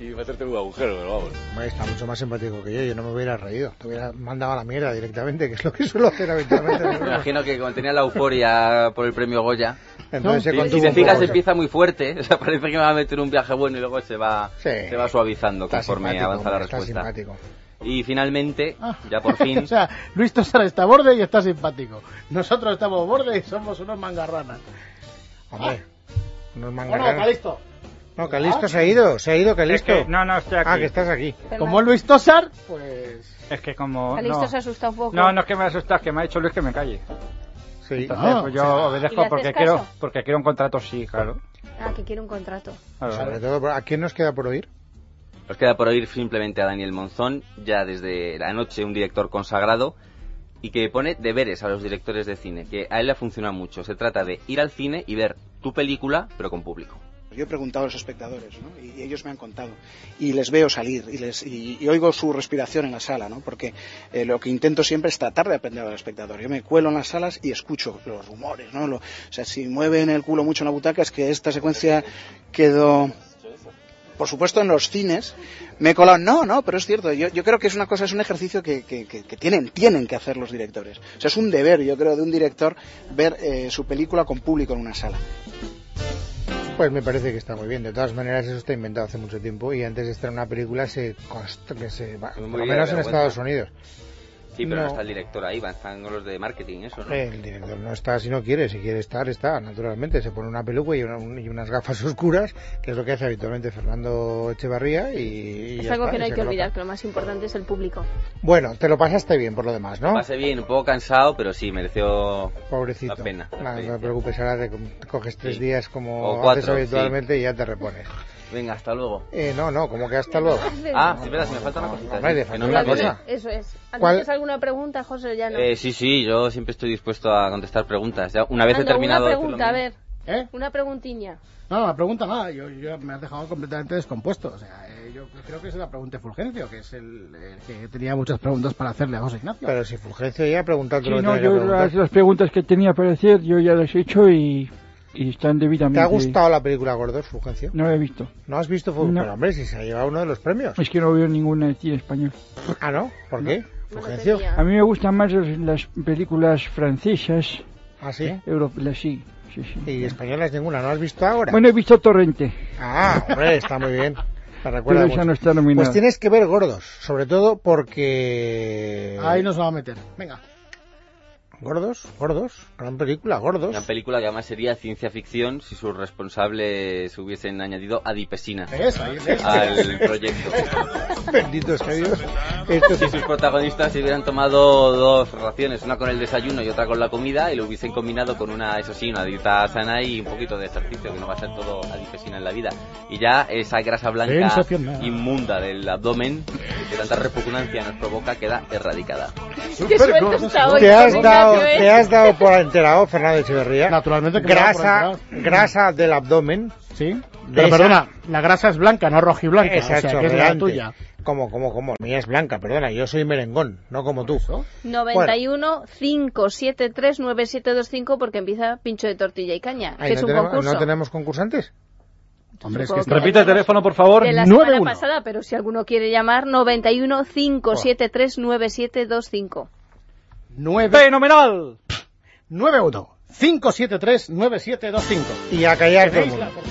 [SPEAKER 23] y meterte en un agujero, pero vamos.
[SPEAKER 1] Hombre, está mucho más simpático que yo, yo no me hubiera reído. Te hubiera mandado a la mierda directamente, que es lo que suelo hacer habitualmente. <laughs>
[SPEAKER 2] Me imagino que cuando tenía la euforia por el premio Goya.
[SPEAKER 1] Entonces se
[SPEAKER 2] y-
[SPEAKER 1] contuvo
[SPEAKER 2] si te
[SPEAKER 1] un poco,
[SPEAKER 2] fijas
[SPEAKER 1] sí.
[SPEAKER 2] empieza muy fuerte, <laughs> o sea, parece que me va a meter un viaje bueno y luego se va,
[SPEAKER 1] Sí.
[SPEAKER 2] se va suavizando
[SPEAKER 1] Está
[SPEAKER 2] conforme
[SPEAKER 1] simpático,
[SPEAKER 2] avanza la
[SPEAKER 1] hombre, está
[SPEAKER 2] respuesta.
[SPEAKER 1] simpático. Ah.
[SPEAKER 2] Y finalmente, ya por fin,
[SPEAKER 18] Ah, <laughs>
[SPEAKER 1] <laughs>
[SPEAKER 18] o sea, Luis Tosar está a borde y está simpático. Nosotros estamos a borde y somos unos mangarranas.
[SPEAKER 1] Hombre,
[SPEAKER 18] Bueno,
[SPEAKER 1] unos mangarranos.
[SPEAKER 18] Calisto.
[SPEAKER 1] No, Calisto se ha ido, se ha ido Calisto.
[SPEAKER 24] Es que- no, no, estoy aquí.
[SPEAKER 1] Ah, que estás aquí.
[SPEAKER 18] Como Luis Tosar, pues...
[SPEAKER 24] Es que como...
[SPEAKER 6] Calisto
[SPEAKER 24] no.
[SPEAKER 6] se asusta un poco.
[SPEAKER 24] No, no es que me asustas, que me ha dicho Luis que me calle.
[SPEAKER 1] Sí.
[SPEAKER 24] Entonces,
[SPEAKER 1] Ah.
[SPEAKER 24] pues yo
[SPEAKER 1] Ah.
[SPEAKER 24] obedezco
[SPEAKER 6] ¿Y le haces
[SPEAKER 24] porque
[SPEAKER 6] caso?
[SPEAKER 24] quiero, porque quiero un contrato, sí, claro.
[SPEAKER 6] Ah, que quiere un contrato.
[SPEAKER 24] Claro,
[SPEAKER 1] Sobre
[SPEAKER 24] claro.
[SPEAKER 1] todo, ¿a quién nos queda por oír?
[SPEAKER 2] Os queda por oír simplemente a Daniel Monzón, ya desde la noche un director consagrado y que pone deberes a los directores de cine, que a él le funciona mucho. Se trata de ir al cine y ver tu película, pero con público.
[SPEAKER 25] Yo he preguntado a los espectadores ¿no? y y ellos me han contado y les veo salir y, les, y, y oigo su respiración en la sala, ¿no? porque eh, lo que intento siempre es tratar de aprender al espectador. Yo me cuelo en las salas y escucho los rumores. ¿no? Lo- o sea, si mueven el culo mucho en la butaca es que esta secuencia quedó... Por supuesto, en los cines me he colado. No, no, pero es cierto. Yo, yo creo que es una cosa, es un ejercicio que, que- que- que tienen, tienen que hacer los directores. O sea, es un deber, yo creo, de un director ver eh, su película con público en una sala.
[SPEAKER 1] Pues me parece que está muy bien. De todas maneras, eso está inventado hace mucho tiempo y antes de estar en una película se consta que se va, por lo
[SPEAKER 2] Pues bien,
[SPEAKER 1] menos
[SPEAKER 2] de
[SPEAKER 1] en
[SPEAKER 2] vergüenza.
[SPEAKER 1] Estados Unidos.
[SPEAKER 2] Sí, pero no,
[SPEAKER 1] No. Eh,
[SPEAKER 2] está el director ahí, van- están los de marketing, eso, ¿no?
[SPEAKER 1] El director no está si no quiere, si quiere estar, está, naturalmente. Se pone una peluca y, una- un- y unas gafas <laughs> oscuras, que es lo que hace habitualmente Fernando Echevarría y... y
[SPEAKER 4] Es
[SPEAKER 1] ya
[SPEAKER 4] algo
[SPEAKER 1] está,
[SPEAKER 4] que
[SPEAKER 1] y
[SPEAKER 4] no hay
[SPEAKER 1] se
[SPEAKER 4] que
[SPEAKER 1] coloca.
[SPEAKER 4] olvidar, que lo más importante es el público.
[SPEAKER 1] Bueno, te lo pasaste bien por lo demás, ¿no?
[SPEAKER 2] Pasé bien, un poco cansado, pero sí, mereció
[SPEAKER 1] Pobrecito.
[SPEAKER 2] la pena.
[SPEAKER 1] Nada, no te preocupes, ahora te co- te coges tres
[SPEAKER 2] Sí.
[SPEAKER 1] días como
[SPEAKER 2] O cuatro,
[SPEAKER 1] haces habitualmente y ya te repones.
[SPEAKER 2] Venga, hasta luego.
[SPEAKER 1] Eh, no, no, como que hasta luego.
[SPEAKER 2] Ah, sí, verdad, si me falta una cosita.
[SPEAKER 1] Hombre,
[SPEAKER 2] sí,
[SPEAKER 1] le
[SPEAKER 2] que
[SPEAKER 1] falta
[SPEAKER 2] no me
[SPEAKER 1] una
[SPEAKER 2] olvide.
[SPEAKER 1] cosa.
[SPEAKER 4] Eso es.
[SPEAKER 1] ¿Cuál?
[SPEAKER 4] ¿Antes alguna pregunta, José? Ya no.
[SPEAKER 2] Eh, sí, sí, yo siempre estoy dispuesto a contestar preguntas. Ya una vez he
[SPEAKER 4] Anda,
[SPEAKER 2] terminado...
[SPEAKER 4] Una
[SPEAKER 2] de
[SPEAKER 4] pregunta, a
[SPEAKER 2] hacerlo
[SPEAKER 4] ver.
[SPEAKER 1] ¿Eh?
[SPEAKER 4] Una preguntiña.
[SPEAKER 18] <laughs> No, no, la pregunta nada, yo, yo- me has dejado completamente descompuesto. O sea, eh, yo creo que es la pregunta de Fulgencio, que es el, el que tenía muchas preguntas para hacerle a José Ignacio.
[SPEAKER 1] Pero si Fulgencio ya ha preguntado
[SPEAKER 18] Sí,
[SPEAKER 1] lo que
[SPEAKER 18] no,
[SPEAKER 1] tenía que
[SPEAKER 18] yo
[SPEAKER 1] preguntar.
[SPEAKER 17] Las, las preguntas que tenía para hacer yo ya las he hecho y, y están debidamente... Eh,
[SPEAKER 1] ¿Te ha gustado la película Gordos, Fulgencio?
[SPEAKER 17] No la he visto.
[SPEAKER 1] ¿No has visto Fulgencio?
[SPEAKER 17] No.
[SPEAKER 1] Pero hombre, si se ha llevado uno de los premios.
[SPEAKER 17] Es que no veo ninguna de cine español.
[SPEAKER 1] Ah, ¿no? ¿Por qué? Fulgencio.
[SPEAKER 17] A mí me gustan más las, las películas francesas.
[SPEAKER 1] ¿Ah, sí?
[SPEAKER 17] Europeas, sí. sí, sí.
[SPEAKER 1] Y españolas ninguna, ¿no has visto ahora?
[SPEAKER 17] Bueno, he visto Torrente.
[SPEAKER 1] Ah, hombre, está muy bien. Te
[SPEAKER 17] Pero
[SPEAKER 1] recuerda
[SPEAKER 17] esa
[SPEAKER 1] mucho.
[SPEAKER 17] no está nominada.
[SPEAKER 1] Pues tienes que ver Gordos, sobre todo porque...
[SPEAKER 18] Ahí nos va a meter. Venga.
[SPEAKER 1] Gordos, Gordos, gran película, Gordos.
[SPEAKER 2] Una película que además sería ciencia ficción si sus responsables hubiesen añadido adipesina
[SPEAKER 1] Eso, ahí es.
[SPEAKER 2] al proyecto.
[SPEAKER 1] <laughs> Bendito sea Dios. Esto
[SPEAKER 2] si sus protagonistas se hubieran tomado dos raciones, una con el desayuno y otra con la comida, y lo hubiesen combinado con una, eso sí, una dieta sana y un poquito de ejercicio, que no va a ser todo adifesina en la vida. Y ya esa grasa blanca
[SPEAKER 18] Sensacional.
[SPEAKER 2] inmunda del abdomen, que tanta repugnancia nos provoca, queda erradicada.
[SPEAKER 1] Qué
[SPEAKER 4] suerte está hoy,
[SPEAKER 1] Te has,
[SPEAKER 4] Fernando,
[SPEAKER 1] dado,
[SPEAKER 4] ¿eh?
[SPEAKER 1] te has dado por enterado, Fernando Echeverría.
[SPEAKER 18] Naturalmente que me he dado por
[SPEAKER 1] grasa, grasa del abdomen.
[SPEAKER 18] Sí.
[SPEAKER 1] De
[SPEAKER 18] Pero
[SPEAKER 1] esa-
[SPEAKER 18] perdona, la grasa es blanca, no rojiblanca. o sea, que es la
[SPEAKER 1] Exacto,
[SPEAKER 18] tuya.
[SPEAKER 1] Como, como, como. Mía es blanca, perdona, yo soy merengón, no como tú.
[SPEAKER 4] 91 573 9725 porque empieza pincho de tortilla y caña,
[SPEAKER 1] Ay, ¿no,
[SPEAKER 4] que es un
[SPEAKER 1] tenemos,
[SPEAKER 4] concurso.
[SPEAKER 1] ¿No tenemos concursantes?
[SPEAKER 18] Hombre,
[SPEAKER 4] es que está-
[SPEAKER 16] Repite el teléfono, por favor.
[SPEAKER 4] de la semana
[SPEAKER 16] 91.
[SPEAKER 4] pasada, pero si alguno quiere llamar 91 573 9725.
[SPEAKER 16] ¡Fenomenal!
[SPEAKER 18] 9-1. 573-9725.
[SPEAKER 1] Y a callar todo el
[SPEAKER 18] ¿Queréis
[SPEAKER 1] mundo.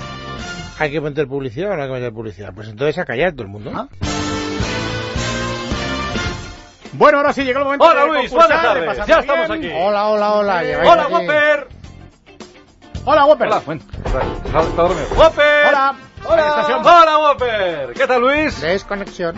[SPEAKER 1] ¿Hay que meter publicidad o no hay que meter publicidad? Pues entonces a callar todo el mundo.
[SPEAKER 18] Ah. Bueno, ahora sí llega el momento
[SPEAKER 1] Hola,
[SPEAKER 18] de
[SPEAKER 1] Luis,
[SPEAKER 18] concursar,
[SPEAKER 1] buenas
[SPEAKER 18] de
[SPEAKER 1] tardes,
[SPEAKER 18] pasarlo
[SPEAKER 1] ya estamos
[SPEAKER 18] bien.
[SPEAKER 1] aquí. Hola, hola, hola, lleváis
[SPEAKER 18] Hola,
[SPEAKER 1] aquí-
[SPEAKER 18] Whopper. Hola, Whopper. Hola,
[SPEAKER 16] ¡Whopper!
[SPEAKER 18] Hola.
[SPEAKER 16] Hola. ¡Hola, Whopper! ¿Qué tal, Luis?
[SPEAKER 1] Desconexión.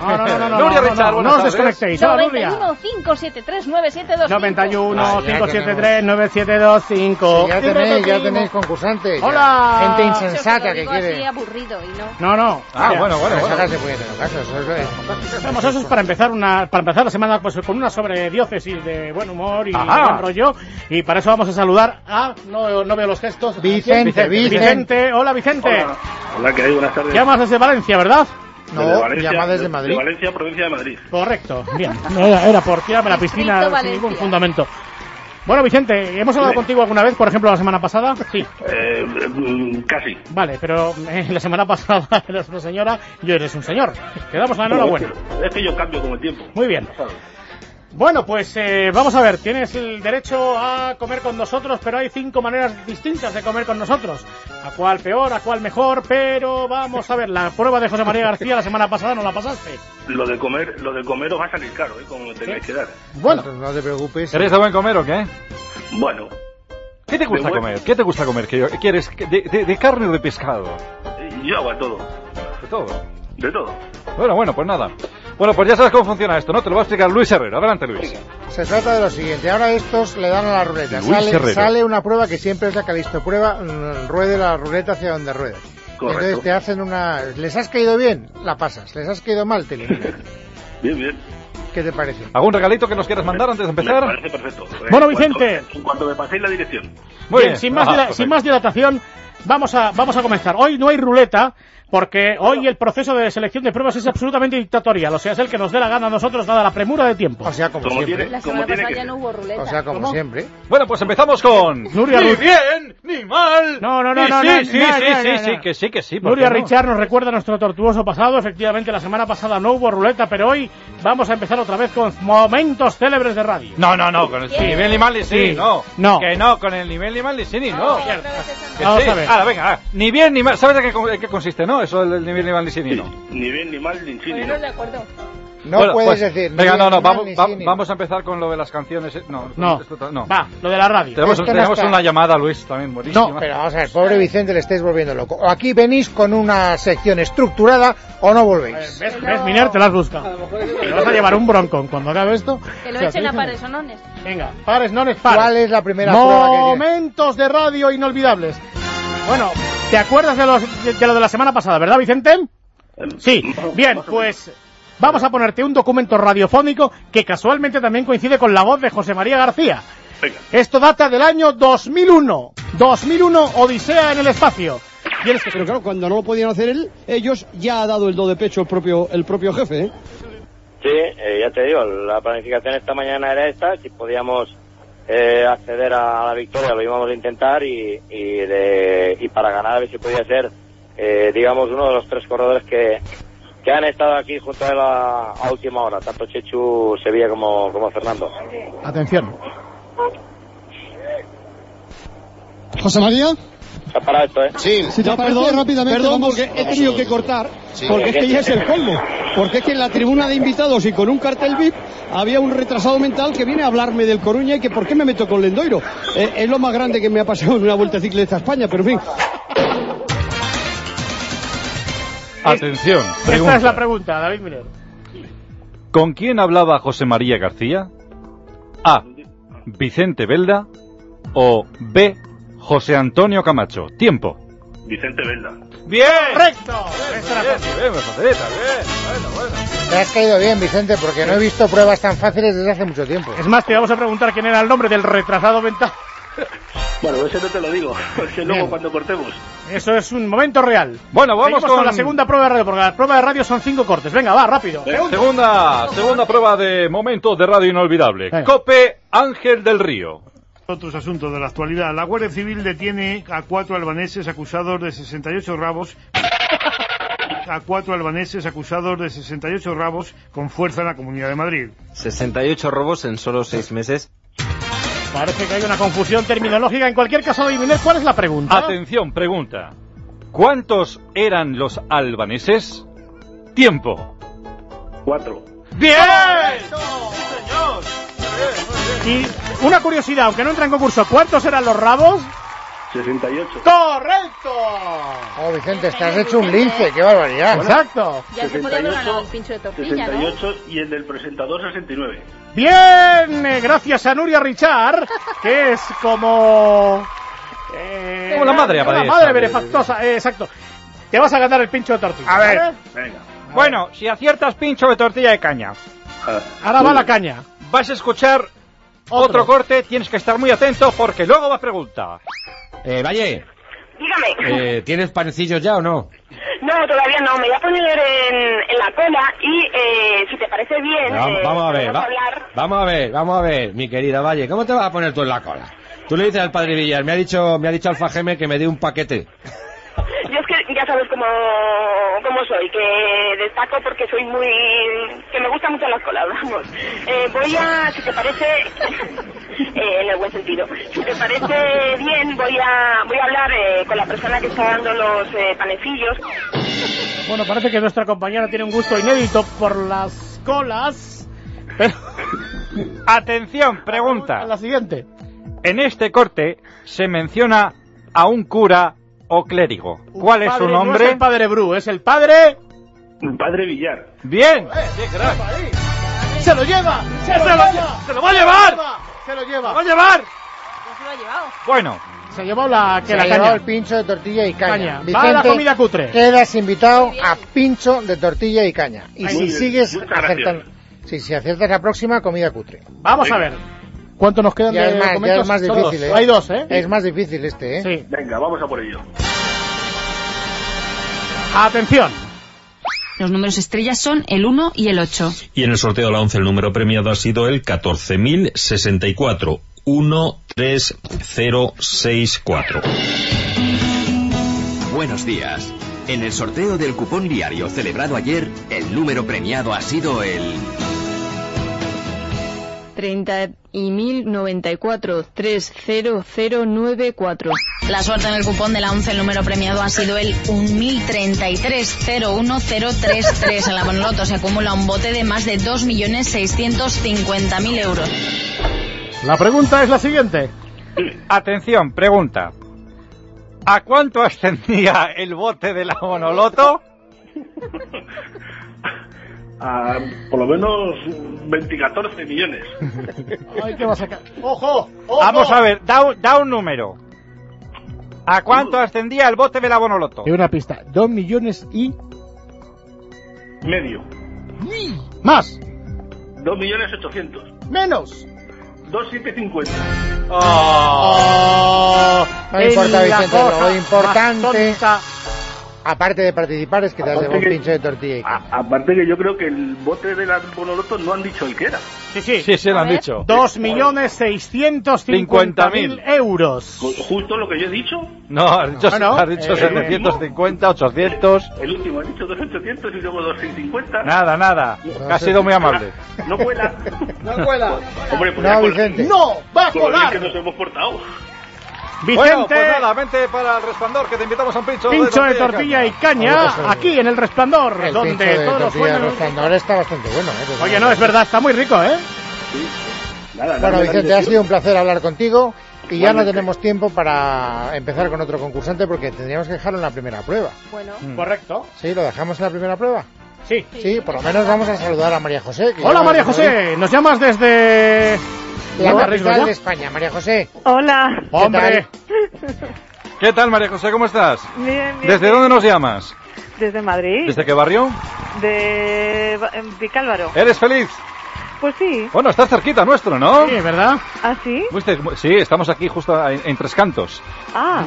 [SPEAKER 1] Ah,
[SPEAKER 18] No, no, no,
[SPEAKER 1] <laughs>
[SPEAKER 16] Nuria
[SPEAKER 18] no, no, no, no,
[SPEAKER 16] Richard, buenas
[SPEAKER 18] no, no os
[SPEAKER 16] tardes.
[SPEAKER 18] desconectéis. Hola, Nuria.
[SPEAKER 4] 91 573 9725.
[SPEAKER 18] 91 573
[SPEAKER 1] Sí,
[SPEAKER 18] 9725.
[SPEAKER 1] ya tenéis, ya tenéis concursantes. ya.
[SPEAKER 18] Hola.
[SPEAKER 1] Gente
[SPEAKER 4] Si os
[SPEAKER 1] insensata
[SPEAKER 4] lo
[SPEAKER 1] que
[SPEAKER 4] digo así
[SPEAKER 1] quiere.
[SPEAKER 4] aburrido y
[SPEAKER 18] No,
[SPEAKER 4] no.
[SPEAKER 18] no.
[SPEAKER 1] Ah,
[SPEAKER 18] Mira,
[SPEAKER 1] bueno, bueno, bueno.
[SPEAKER 18] saca-
[SPEAKER 1] se puede tener caso. Eso es,
[SPEAKER 18] Vamos, eso es para empezar una para empezar la semana pues, con una sobrediócesis de buen humor y
[SPEAKER 1] Ajá.
[SPEAKER 18] buen rollo y para eso vamos a saludar a no, no veo los gestos
[SPEAKER 1] Vicente,
[SPEAKER 18] Vicente,
[SPEAKER 1] Vicente.
[SPEAKER 18] Vicente, hola Vicente
[SPEAKER 3] Hola. Hola, ¿qué hay? Buenas tardes.
[SPEAKER 18] llamas desde Valencia verdad
[SPEAKER 3] Desde Valencia, de- De Valencia, provincia de Madrid.
[SPEAKER 18] correcto bien no era, era por tirarme a la
[SPEAKER 3] Distrito
[SPEAKER 18] piscina sin
[SPEAKER 3] Valencia.
[SPEAKER 18] ningún fundamento bueno Vicente hemos hablado
[SPEAKER 3] Dime.
[SPEAKER 18] contigo alguna vez por ejemplo la semana pasada sí
[SPEAKER 3] Eh, mm, casi.
[SPEAKER 18] vale pero eh, la semana pasada <laughs> eras una señora y hoy eres un señor quedamos la enhorabuena
[SPEAKER 3] Es que yo cambio con el tiempo.
[SPEAKER 18] Muy bien. Bueno, pues eh, vamos a ver, tienes el derecho a comer con nosotros, pero hay cinco maneras distintas de comer con nosotros. A cuál peor, a cuál mejor, pero vamos a ver, la prueba de José María García la semana pasada no la pasaste.
[SPEAKER 3] Lo de comer, lo de comer os va a salir caro, ¿eh? Como tengáis que dar.
[SPEAKER 18] Bueno.
[SPEAKER 1] No te preocupes.
[SPEAKER 16] ¿Eres de buen comer o qué?
[SPEAKER 3] Bueno.
[SPEAKER 16] ¿Qué te gusta
[SPEAKER 3] De buen-
[SPEAKER 16] comer? ¿Qué te gusta comer? ¿Qué qué quieres? ¿De, de- de carne o de pescado?
[SPEAKER 3] Yo hago de todo.
[SPEAKER 16] De todo.
[SPEAKER 3] De todo.
[SPEAKER 16] Bueno, bueno, pues nada. Bueno, pues ya sabes cómo funciona esto, ¿no? Te lo va a explicar Luis Herrero. Adelante, Luis.
[SPEAKER 1] Se trata de lo siguiente. Ahora estos le dan a la ruleta.
[SPEAKER 16] Luis
[SPEAKER 1] Sale,
[SPEAKER 16] Herrero.
[SPEAKER 1] sale una prueba que siempre es la que listo prueba. mm, Ruede la ruleta hacia donde ruede.
[SPEAKER 3] Correcto.
[SPEAKER 1] Entonces te hacen una... ¿Les has caído bien? La pasas. ¿Les has caído mal? Te eliminan.
[SPEAKER 3] Bien, bien.
[SPEAKER 1] ¿Qué te parece?
[SPEAKER 16] ¿Algún regalito que nos quieras mandar antes de
[SPEAKER 3] Me
[SPEAKER 16] empezar?
[SPEAKER 3] parece perfecto. Eh,
[SPEAKER 18] Bueno,
[SPEAKER 3] en cuanto-
[SPEAKER 18] Vicente.
[SPEAKER 3] En cuanto me paséis la dirección.
[SPEAKER 16] Muy bien.
[SPEAKER 18] sin más,
[SPEAKER 16] Ah,
[SPEAKER 18] dila-
[SPEAKER 16] perfecto.
[SPEAKER 18] sin más dilatación, vamos a, vamos a comenzar. Hoy no hay ruleta, porque hoy el proceso de selección de pruebas es absolutamente dictatorial, o sea, es el que nos dé la gana a nosotros, dada la premura de tiempo. O
[SPEAKER 1] sea, como,
[SPEAKER 18] siempre.
[SPEAKER 4] La semana pasada ya no hubo ruleta.
[SPEAKER 1] siempre.
[SPEAKER 16] Bueno, pues empezamos con...
[SPEAKER 18] Nuria
[SPEAKER 16] Ni
[SPEAKER 18] Luz.
[SPEAKER 16] bien, ni mal.
[SPEAKER 18] No, no, no,
[SPEAKER 16] Sí,
[SPEAKER 18] no,
[SPEAKER 16] sí,
[SPEAKER 18] no,
[SPEAKER 16] sí,
[SPEAKER 18] no,
[SPEAKER 16] sí,
[SPEAKER 18] no,
[SPEAKER 16] sí,
[SPEAKER 18] no,
[SPEAKER 16] sí,
[SPEAKER 18] no.
[SPEAKER 16] que sí, que sí. ¿por
[SPEAKER 18] Nuria
[SPEAKER 16] qué no?
[SPEAKER 18] Richard nos recuerda nuestro tortuoso pasado. Efectivamente, la semana pasada no hubo ruleta, pero hoy vamos a empezar otra vez con momentos célebres de radio.
[SPEAKER 16] No, no, no, con el nivel ni mal ni sí,
[SPEAKER 18] Sí.
[SPEAKER 16] no.
[SPEAKER 18] No.
[SPEAKER 16] Que no, con el nivel ni mal ni sí, ni no. Que
[SPEAKER 18] Vamos
[SPEAKER 16] sí.
[SPEAKER 18] a ver.
[SPEAKER 16] Ahora, venga, ahora. ni bien ni mal. ¿Sabes de qué, co- de qué consiste, no? Eso del nivel ni mal ni sí, ni no.
[SPEAKER 3] Ni bien, ni mal, ni chino.
[SPEAKER 4] No, de acuerdo.
[SPEAKER 1] No
[SPEAKER 16] Bueno,
[SPEAKER 1] puedes
[SPEAKER 16] pues,
[SPEAKER 1] decir... ni
[SPEAKER 16] Venga,
[SPEAKER 1] bien,
[SPEAKER 16] no, no,
[SPEAKER 1] ni mal,
[SPEAKER 16] vamos,
[SPEAKER 1] ni
[SPEAKER 16] va-
[SPEAKER 1] sí, ni no.
[SPEAKER 16] vamos a empezar con lo de las canciones. eh, No,
[SPEAKER 18] No.
[SPEAKER 16] esto ta- no.
[SPEAKER 18] Va, lo de la radio.
[SPEAKER 16] Tenemos,
[SPEAKER 1] Esto no
[SPEAKER 16] tenemos
[SPEAKER 1] está-
[SPEAKER 16] una llamada, Luis, también buenísima.
[SPEAKER 1] No, pero vamos a ver, pobre Vicente, le estáis volviendo loco. O aquí venís con una sección estructurada o no volvéis.
[SPEAKER 18] ¿Ves, ves, Miner? Te las busca.
[SPEAKER 17] Ah,
[SPEAKER 18] Te vas a llevar un broncón cuando acabe esto.
[SPEAKER 4] Que lo
[SPEAKER 18] O sea,
[SPEAKER 4] echen a
[SPEAKER 18] sí,
[SPEAKER 4] pares sonones.
[SPEAKER 18] Venga, pares, no les pares.
[SPEAKER 1] ¿Cuál es la primera prueba que tienes?
[SPEAKER 18] Momentos de radio inolvidables. Bueno, ¿te acuerdas de, los- de- de lo de la semana pasada, verdad, Vicente? Sí. Bien, pues vamos a ponerte un documento radiofónico que casualmente también coincide con la voz de José María García.
[SPEAKER 3] Venga.
[SPEAKER 18] Esto data del año 2001. 2001, Odisea en el espacio.
[SPEAKER 5] Pero claro, cuando no lo podían hacer él, ellos ya ha dado el do de pecho el propio, el propio jefe. ¿eh?
[SPEAKER 7] Sí, eh, ya te digo, la planificación esta mañana era esta, si podíamos eh, acceder a la victoria lo íbamos a intentar y, y, de- y para ganar a ver si podía ser, eh, digamos, uno de los tres corredores que, que han estado aquí junto a él a, a última hora, tanto Chechu Sevilla como, como Fernando.
[SPEAKER 18] Atención.
[SPEAKER 5] José María.
[SPEAKER 7] ¿Se ha parado esto, eh?
[SPEAKER 5] Si te parece, rápidamente, perdón, vamos. porque he tenido que cortar,
[SPEAKER 7] Sí.
[SPEAKER 5] porque
[SPEAKER 1] este
[SPEAKER 5] es que ya es el colmo. Porque es que en la tribuna de invitados y con un cartel VIP había un retrasado mental que viene a hablarme del Coruña y que por qué me meto con Lendoiro. Eh, es lo más grande que me ha pasado en una vuelta ciclista a España, pero en fin.
[SPEAKER 16] Atención,
[SPEAKER 18] Esta es
[SPEAKER 16] pregunta.
[SPEAKER 18] la pregunta, David Miner.
[SPEAKER 16] ¿Con quién hablaba José María García? A. Vicente Velda o B. José Antonio Camacho. Tiempo.
[SPEAKER 3] Vicente Velda.
[SPEAKER 16] Bien.
[SPEAKER 18] Correcto.
[SPEAKER 16] Bien, me facilita, bien. Bueno, bueno.
[SPEAKER 1] Te has caído bien, Vicente, porque no he visto pruebas tan fáciles desde hace mucho tiempo.
[SPEAKER 18] Es más, te vamos a preguntar quién era el nombre del retrasado mental.
[SPEAKER 3] Bueno, ese no te lo digo, porque luego cuando cortemos.
[SPEAKER 18] Eso es un momento real.
[SPEAKER 16] Bueno,
[SPEAKER 3] vamos
[SPEAKER 18] Seguimos con...
[SPEAKER 3] con-
[SPEAKER 18] la segunda prueba de radio, porque las pruebas de radio son cinco cortes. Venga, va, rápido.
[SPEAKER 16] Segunda, segunda prueba de momentos de radio inolvidable. Cope Ángel del Río.
[SPEAKER 8] Otros asuntos de la actualidad. La Guardia Civil detiene a cuatro albaneses acusados de 68 rabos. A cuatro albaneses acusados de 68 rabos con fuerza en la Comunidad de Madrid.
[SPEAKER 9] 68 robos en solo 6 meses.
[SPEAKER 18] Parece que hay una confusión terminológica. En cualquier caso, adivinar cuál es la pregunta.
[SPEAKER 16] Atención, pregunta. ¿Cuántos eran los albaneses? Tiempo.
[SPEAKER 3] Cuatro.
[SPEAKER 18] ¡Bien! Y una curiosidad, aunque no entra en concurso, ¿cuántos eran los rabos?
[SPEAKER 3] 68.
[SPEAKER 18] ¡Correcto!
[SPEAKER 1] Oh, Vicente, te has hecho un lince, qué barbaridad.
[SPEAKER 18] Exacto.
[SPEAKER 4] Ya se podía haber ganado el pincho de tortilla, ¿no?
[SPEAKER 3] 68 y el del presentador 69.
[SPEAKER 18] Bien, eh, gracias a Nuria Richard, que es como... eh,
[SPEAKER 16] Como la madre
[SPEAKER 18] como la
[SPEAKER 16] abadesa.
[SPEAKER 18] madre benefactosa, eh, exacto. Te vas a ganar el pincho de tortilla.
[SPEAKER 24] A ver.
[SPEAKER 18] ¿vale?
[SPEAKER 24] Bueno, si aciertas pincho de tortilla de caña.
[SPEAKER 18] Ahora va la caña.
[SPEAKER 24] Vas a escuchar otro, corte, tienes que estar muy atento porque luego va pregunta.
[SPEAKER 11] Eh, Valle,
[SPEAKER 12] Dígame.
[SPEAKER 11] eh, ¿tienes panecillos ya o no?
[SPEAKER 12] No, todavía no. Me voy a poner en, en la cola y eh, si te parece bien.
[SPEAKER 11] Va-
[SPEAKER 12] eh,
[SPEAKER 11] vamos a ver,
[SPEAKER 12] podemos
[SPEAKER 11] va-
[SPEAKER 12] hablar.
[SPEAKER 11] vamos a ver, vamos a ver, mi querida Valle, ¿cómo te vas a poner tú en la cola? Tú le dices al padre Villar, me ha dicho, me ha dicho Alfa Geme que me dé un paquete.
[SPEAKER 12] Yo es que ya sabes cómo, cómo soy, que destaco porque soy muy. que me gustan mucho las colas, vamos. Eh, voy a, si te parece. <laughs> eh, en el buen sentido. Si te parece bien, voy a, voy a hablar eh, con la persona que está dando los eh, panecillos.
[SPEAKER 18] Bueno, parece que nuestra compañera tiene un gusto inédito por las colas. Pero...
[SPEAKER 24] <laughs> Atención, pregunta.
[SPEAKER 18] la siguiente.
[SPEAKER 24] En este corte se menciona a un cura o clérigo. ¿Cuál es su
[SPEAKER 18] Padre,
[SPEAKER 24] nombre?
[SPEAKER 18] No es el padre Bru, es el padre... Eh,
[SPEAKER 3] El padre Villar.
[SPEAKER 24] Bien.
[SPEAKER 18] ¡Se lo lleva! ¡Se lo, lleva!
[SPEAKER 24] ¡Se lo va a llevar!
[SPEAKER 18] ¡Se lo
[SPEAKER 24] ¡Se lo
[SPEAKER 18] lleva!
[SPEAKER 24] va a llevar!
[SPEAKER 4] se lo ha llevado.
[SPEAKER 24] Bueno.
[SPEAKER 18] Se llevó la, que
[SPEAKER 1] Se
[SPEAKER 18] la
[SPEAKER 1] ha
[SPEAKER 18] caña.
[SPEAKER 1] llevado el pincho de tortilla y
[SPEAKER 18] Caña.
[SPEAKER 1] caña.
[SPEAKER 18] Va la comida cutre.
[SPEAKER 1] Quedas invitado a pincho de tortilla y caña. Y
[SPEAKER 18] Muy
[SPEAKER 1] si
[SPEAKER 18] bien,
[SPEAKER 1] sigues
[SPEAKER 18] muchas gracias.
[SPEAKER 1] acertando. Sí, si aciertas la próxima, comida cutre.
[SPEAKER 18] Vamos a ver. ¿Cuánto nos quedan
[SPEAKER 1] Ya
[SPEAKER 18] de
[SPEAKER 1] es más, ya
[SPEAKER 18] momentos?
[SPEAKER 1] es más
[SPEAKER 18] Son
[SPEAKER 1] difícil,
[SPEAKER 18] dos.
[SPEAKER 1] ¿eh?
[SPEAKER 18] Hay dos, ¿eh?
[SPEAKER 1] Es más difícil este, ¿eh?
[SPEAKER 18] Sí.
[SPEAKER 3] Venga, vamos a por ello.
[SPEAKER 18] Atención.
[SPEAKER 13] Los números estrellas son el 1 y el 8.
[SPEAKER 26] Y en el sorteo de la 11 el número premiado ha sido el 14.064. 13064.
[SPEAKER 13] Buenos días. En el sorteo del cupón diario celebrado ayer, el número premiado ha sido el
[SPEAKER 26] 30 y 1094 30094.
[SPEAKER 27] La suerte en el cupón de la 11, el número premiado ha sido el 1.033.01033. En la Bonoloto se acumula un bote de más de 2.650.000 euros.
[SPEAKER 18] La pregunta es la siguiente.
[SPEAKER 24] Atención, pregunta. ¿A cuánto ascendía el bote de la monoloto?
[SPEAKER 3] A, Ah, por lo menos 24 millones.
[SPEAKER 18] <laughs> Ay, ¿qué va a sacar? ¡Ojo! ¡Ojo!
[SPEAKER 24] Vamos a ver, da, un- da un número. ¿A cuánto ascendía el bote de la Bonoloto?
[SPEAKER 18] Y una pista. Dos millones y...
[SPEAKER 3] Medio.
[SPEAKER 18] Más.
[SPEAKER 3] 2 millones 800.
[SPEAKER 18] Menos.
[SPEAKER 3] 2750.
[SPEAKER 18] Oh.
[SPEAKER 1] No importa,
[SPEAKER 3] Es la
[SPEAKER 1] Vicente,
[SPEAKER 3] cosa
[SPEAKER 1] lo importante,
[SPEAKER 3] más
[SPEAKER 1] aparte de participar, es que te has
[SPEAKER 3] Aparte
[SPEAKER 1] llevado un
[SPEAKER 3] que-
[SPEAKER 1] pincho de tortilla y caña.
[SPEAKER 3] Aparte que yo creo que el bote del Bonoloto no han dicho el que era.
[SPEAKER 18] Sí, sí.
[SPEAKER 24] Sí, sí, lo han dicho.
[SPEAKER 18] Dos millones seiscientos cincuenta mil euros.
[SPEAKER 3] Pues Justo lo que yo he dicho.
[SPEAKER 24] No, has dicho,
[SPEAKER 18] Ah,
[SPEAKER 3] No, no,
[SPEAKER 24] has dicho
[SPEAKER 3] eh,
[SPEAKER 24] 750, 800.
[SPEAKER 3] El último ha dicho 2800 y luego 2650.
[SPEAKER 24] Nada, nada. Que has sido muy amable.
[SPEAKER 3] No
[SPEAKER 1] <laughs>
[SPEAKER 3] cuela.
[SPEAKER 18] No cuela.
[SPEAKER 3] Hombre, pues
[SPEAKER 24] No,
[SPEAKER 3] ya cuela.
[SPEAKER 24] Vicente.
[SPEAKER 18] No, va a
[SPEAKER 3] Con lo bien
[SPEAKER 18] colar.
[SPEAKER 3] que nos hemos portado.
[SPEAKER 24] Bueno, pues nada, vente para el resplandor que te invitamos a un pincho,
[SPEAKER 18] Pincho de tortilla y caña aquí en El Resplandor,
[SPEAKER 1] El pincho
[SPEAKER 18] donde
[SPEAKER 1] de
[SPEAKER 18] todos los
[SPEAKER 1] tortilla de
[SPEAKER 18] buenos...
[SPEAKER 1] Rostandor está bastante bueno, ¿eh? Pues
[SPEAKER 18] Oye, no, es verdad, está muy rico, ¿eh?
[SPEAKER 1] Bueno,
[SPEAKER 18] nada,
[SPEAKER 1] Vicente,
[SPEAKER 18] nada.
[SPEAKER 1] ha sido un placer hablar contigo y ya no
[SPEAKER 18] Igualmente.
[SPEAKER 1] tenemos tiempo para empezar con otro concursante porque tendríamos que dejarlo en la primera prueba.
[SPEAKER 4] Bueno.
[SPEAKER 18] Correcto.
[SPEAKER 1] ¿Sí? ¿Lo dejamos en la primera prueba?
[SPEAKER 18] Sí.
[SPEAKER 1] Sí, por lo menos vamos a saludar a María José. que
[SPEAKER 18] Hola
[SPEAKER 1] ya-
[SPEAKER 18] María José, nos llamas desde...
[SPEAKER 1] ¿eh? La
[SPEAKER 18] ¿No?
[SPEAKER 1] capital
[SPEAKER 18] ¿Arriba
[SPEAKER 1] de
[SPEAKER 18] ya?
[SPEAKER 1] España, María José.
[SPEAKER 10] Hola.
[SPEAKER 1] Hombre.
[SPEAKER 16] ¿Qué tal, María José? ¿Cómo estás?
[SPEAKER 10] Bien, bien,
[SPEAKER 16] ¿Desde
[SPEAKER 10] bien.
[SPEAKER 16] dónde nos llamas?
[SPEAKER 10] Desde Madrid.
[SPEAKER 16] ¿Desde qué barrio?
[SPEAKER 10] De Ba- en Vicálvaro.
[SPEAKER 16] ¿Eres feliz?
[SPEAKER 10] Pues sí.
[SPEAKER 16] Bueno, está cerquita nuestro, ¿no?
[SPEAKER 10] Sí,
[SPEAKER 18] ¿verdad?
[SPEAKER 10] ¿Ah, sí?
[SPEAKER 16] Fuiste- Sí, estamos aquí justo en, en Tres Cantos.
[SPEAKER 10] Ah.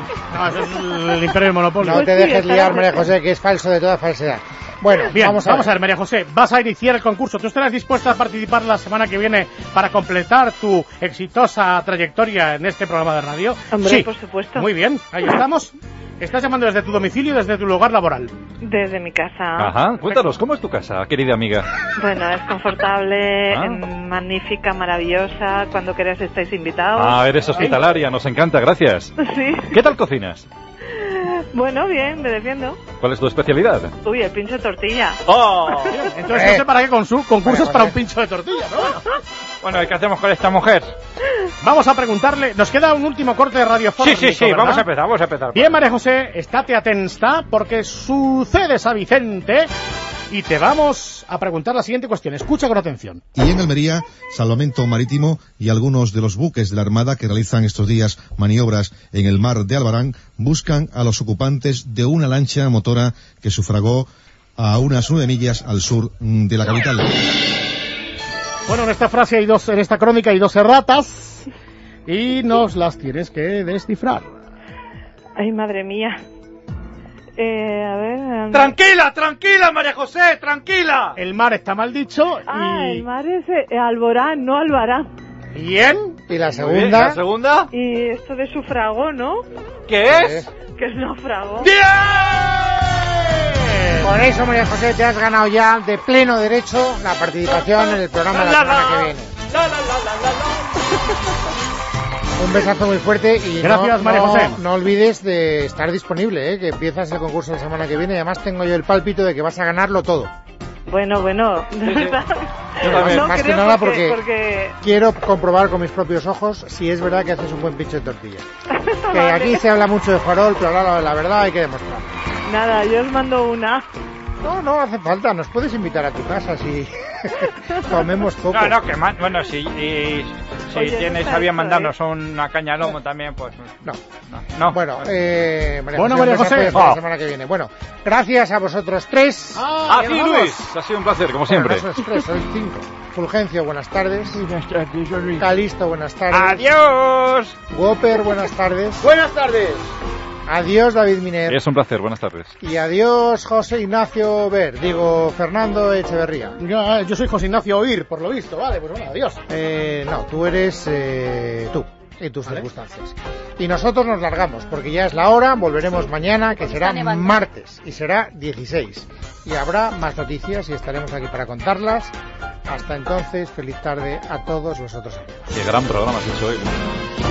[SPEAKER 18] eso es el imperio del monopolio.
[SPEAKER 1] No te dejes liar, María José, que es falso de toda falsedad. Bueno,
[SPEAKER 18] Bien,
[SPEAKER 1] vamos a ver.
[SPEAKER 18] María José, vas a iniciar el concurso. ¿Tú estarás dispuesta a participar la semana que viene para completar tu exitosa trayectoria en este programa de radio?
[SPEAKER 10] Hombre,
[SPEAKER 18] sí.
[SPEAKER 10] por supuesto.
[SPEAKER 18] Muy bien, ahí estamos. Estás llamando desde tu domicilio, desde tu lugar laboral.
[SPEAKER 10] Desde mi casa.
[SPEAKER 16] Ajá, cuéntanos, ¿cómo es tu casa, querida amiga?
[SPEAKER 10] Bueno, es confortable,
[SPEAKER 16] Ah.
[SPEAKER 10] em, magnífica, maravillosa. Cuando queráis estáis invitados.
[SPEAKER 16] Ah, eres hospitalaria, nos encanta, gracias.
[SPEAKER 10] <laughs> Sí.
[SPEAKER 16] ¿Qué tal cocinas?
[SPEAKER 10] Bueno, bien, me defiendo.
[SPEAKER 16] ¿Cuál es tu especialidad?
[SPEAKER 10] Uy, el pincho de tortilla.
[SPEAKER 16] ¡Oh!
[SPEAKER 18] Entonces
[SPEAKER 24] Eh.
[SPEAKER 18] no sé para qué consu- concursos para un pincho de tortilla, ¿no?
[SPEAKER 24] <laughs> Bueno, ¿qué hacemos con esta mujer?
[SPEAKER 18] Vamos a preguntarle, nos queda un último corte de radio
[SPEAKER 24] Sí, sí, sí,
[SPEAKER 18] radiofónico,
[SPEAKER 24] vamos a
[SPEAKER 18] ¿verdad?
[SPEAKER 24] empezar, vamos a empezar.
[SPEAKER 18] Bien, María José, estate atenta porque sucedes a Vicente y te vamos a preguntar la siguiente cuestión. Escucha con atención.
[SPEAKER 14] Y en Almería, Salvamento Marítimo y algunos de los buques de la Armada que realizan estos días maniobras en el mar de Albarán buscan a los ocupantes de una lancha motora que sufragó a unas nueve millas al sur mm, de la capital.
[SPEAKER 18] Bueno, en esta frase hay dos, en esta crónica hay dos erratas y nos las tienes que descifrar.
[SPEAKER 10] Ay, madre mía. Eh, a ver. em,
[SPEAKER 18] Tranquila, tranquila, María José, tranquila. El mar está mal dicho.
[SPEAKER 10] Ah, el mar es eh, Alborán, no Albarán.
[SPEAKER 18] Bien.
[SPEAKER 1] Y la
[SPEAKER 10] bien, la
[SPEAKER 1] segunda.
[SPEAKER 16] segunda?
[SPEAKER 10] Y esto de sufragó, ¿no?
[SPEAKER 16] ¿Qué es?
[SPEAKER 10] Que es naufragó.
[SPEAKER 1] Por eso, María José, te has ganado ya de pleno derecho la participación en el programa de la semana que viene. Un besazo muy fuerte y
[SPEAKER 18] Gracias,
[SPEAKER 1] no,
[SPEAKER 18] María
[SPEAKER 1] no-
[SPEAKER 18] José.
[SPEAKER 1] no olvides de estar disponible, ¿eh? que empiezas el concurso la semana que viene. Y además tengo yo el pálpito de que vas a ganarlo todo.
[SPEAKER 10] Bueno, bueno, de verdad.
[SPEAKER 1] Yo también.
[SPEAKER 10] No
[SPEAKER 1] Más que
[SPEAKER 10] creo
[SPEAKER 1] nada porque-
[SPEAKER 10] porque,
[SPEAKER 1] Quiero comprobar con mis propios ojos si es verdad que haces un buen pincho de tortilla.
[SPEAKER 10] <laughs>
[SPEAKER 1] Que aquí se habla mucho de farol, pero ahora la verdad hay que demostrar.
[SPEAKER 10] porque- Nada, yo os mando una.
[SPEAKER 1] No, no hace falta, nos puedes invitar a tu casa si <laughs> comemos poco.
[SPEAKER 24] No, no, que más. Bueno, si, y- si
[SPEAKER 1] Oye,
[SPEAKER 24] tienes
[SPEAKER 1] está ¿eh?
[SPEAKER 24] a bien
[SPEAKER 1] esto,
[SPEAKER 24] mandarnos una caña de lomo también, pues.
[SPEAKER 1] No.
[SPEAKER 24] No.
[SPEAKER 1] Bueno, eh, María
[SPEAKER 24] Bueno,
[SPEAKER 1] José,
[SPEAKER 24] María
[SPEAKER 1] un beso
[SPEAKER 24] José.
[SPEAKER 1] fuerte hasta
[SPEAKER 24] Oh.
[SPEAKER 1] la semana que viene. Bueno, gracias a vosotros tres.
[SPEAKER 24] Ah, sí, Luis. Ha sido un placer, como siempre.
[SPEAKER 1] Bueno, no sois tres, sois cinco. Fulgencio, buenas tardes. Buenas tardes, Calisto, buenas tardes.
[SPEAKER 24] Adiós.
[SPEAKER 1] Whopper, buenas tardes.
[SPEAKER 24] Buenas tardes.
[SPEAKER 1] Adiós, David Miner.
[SPEAKER 16] Es un placer, buenas tardes.
[SPEAKER 1] Y adiós, José Ignacio Ver. Digo, Fernando Echeverría.
[SPEAKER 18] Yo, yo soy José Ignacio Oír, por lo visto. Vale, pues bueno, adiós.
[SPEAKER 1] Eh, no, tú eres eh, tú y tus circunstancias. Y nosotros nos largamos, porque ya es la hora, volveremos mañana, que será
[SPEAKER 10] nevando.
[SPEAKER 1] martes, y será 16. Y habrá más noticias y estaremos aquí para contarlas. Hasta entonces, feliz tarde a todos vosotros.
[SPEAKER 16] Qué gran programa has hecho hoy.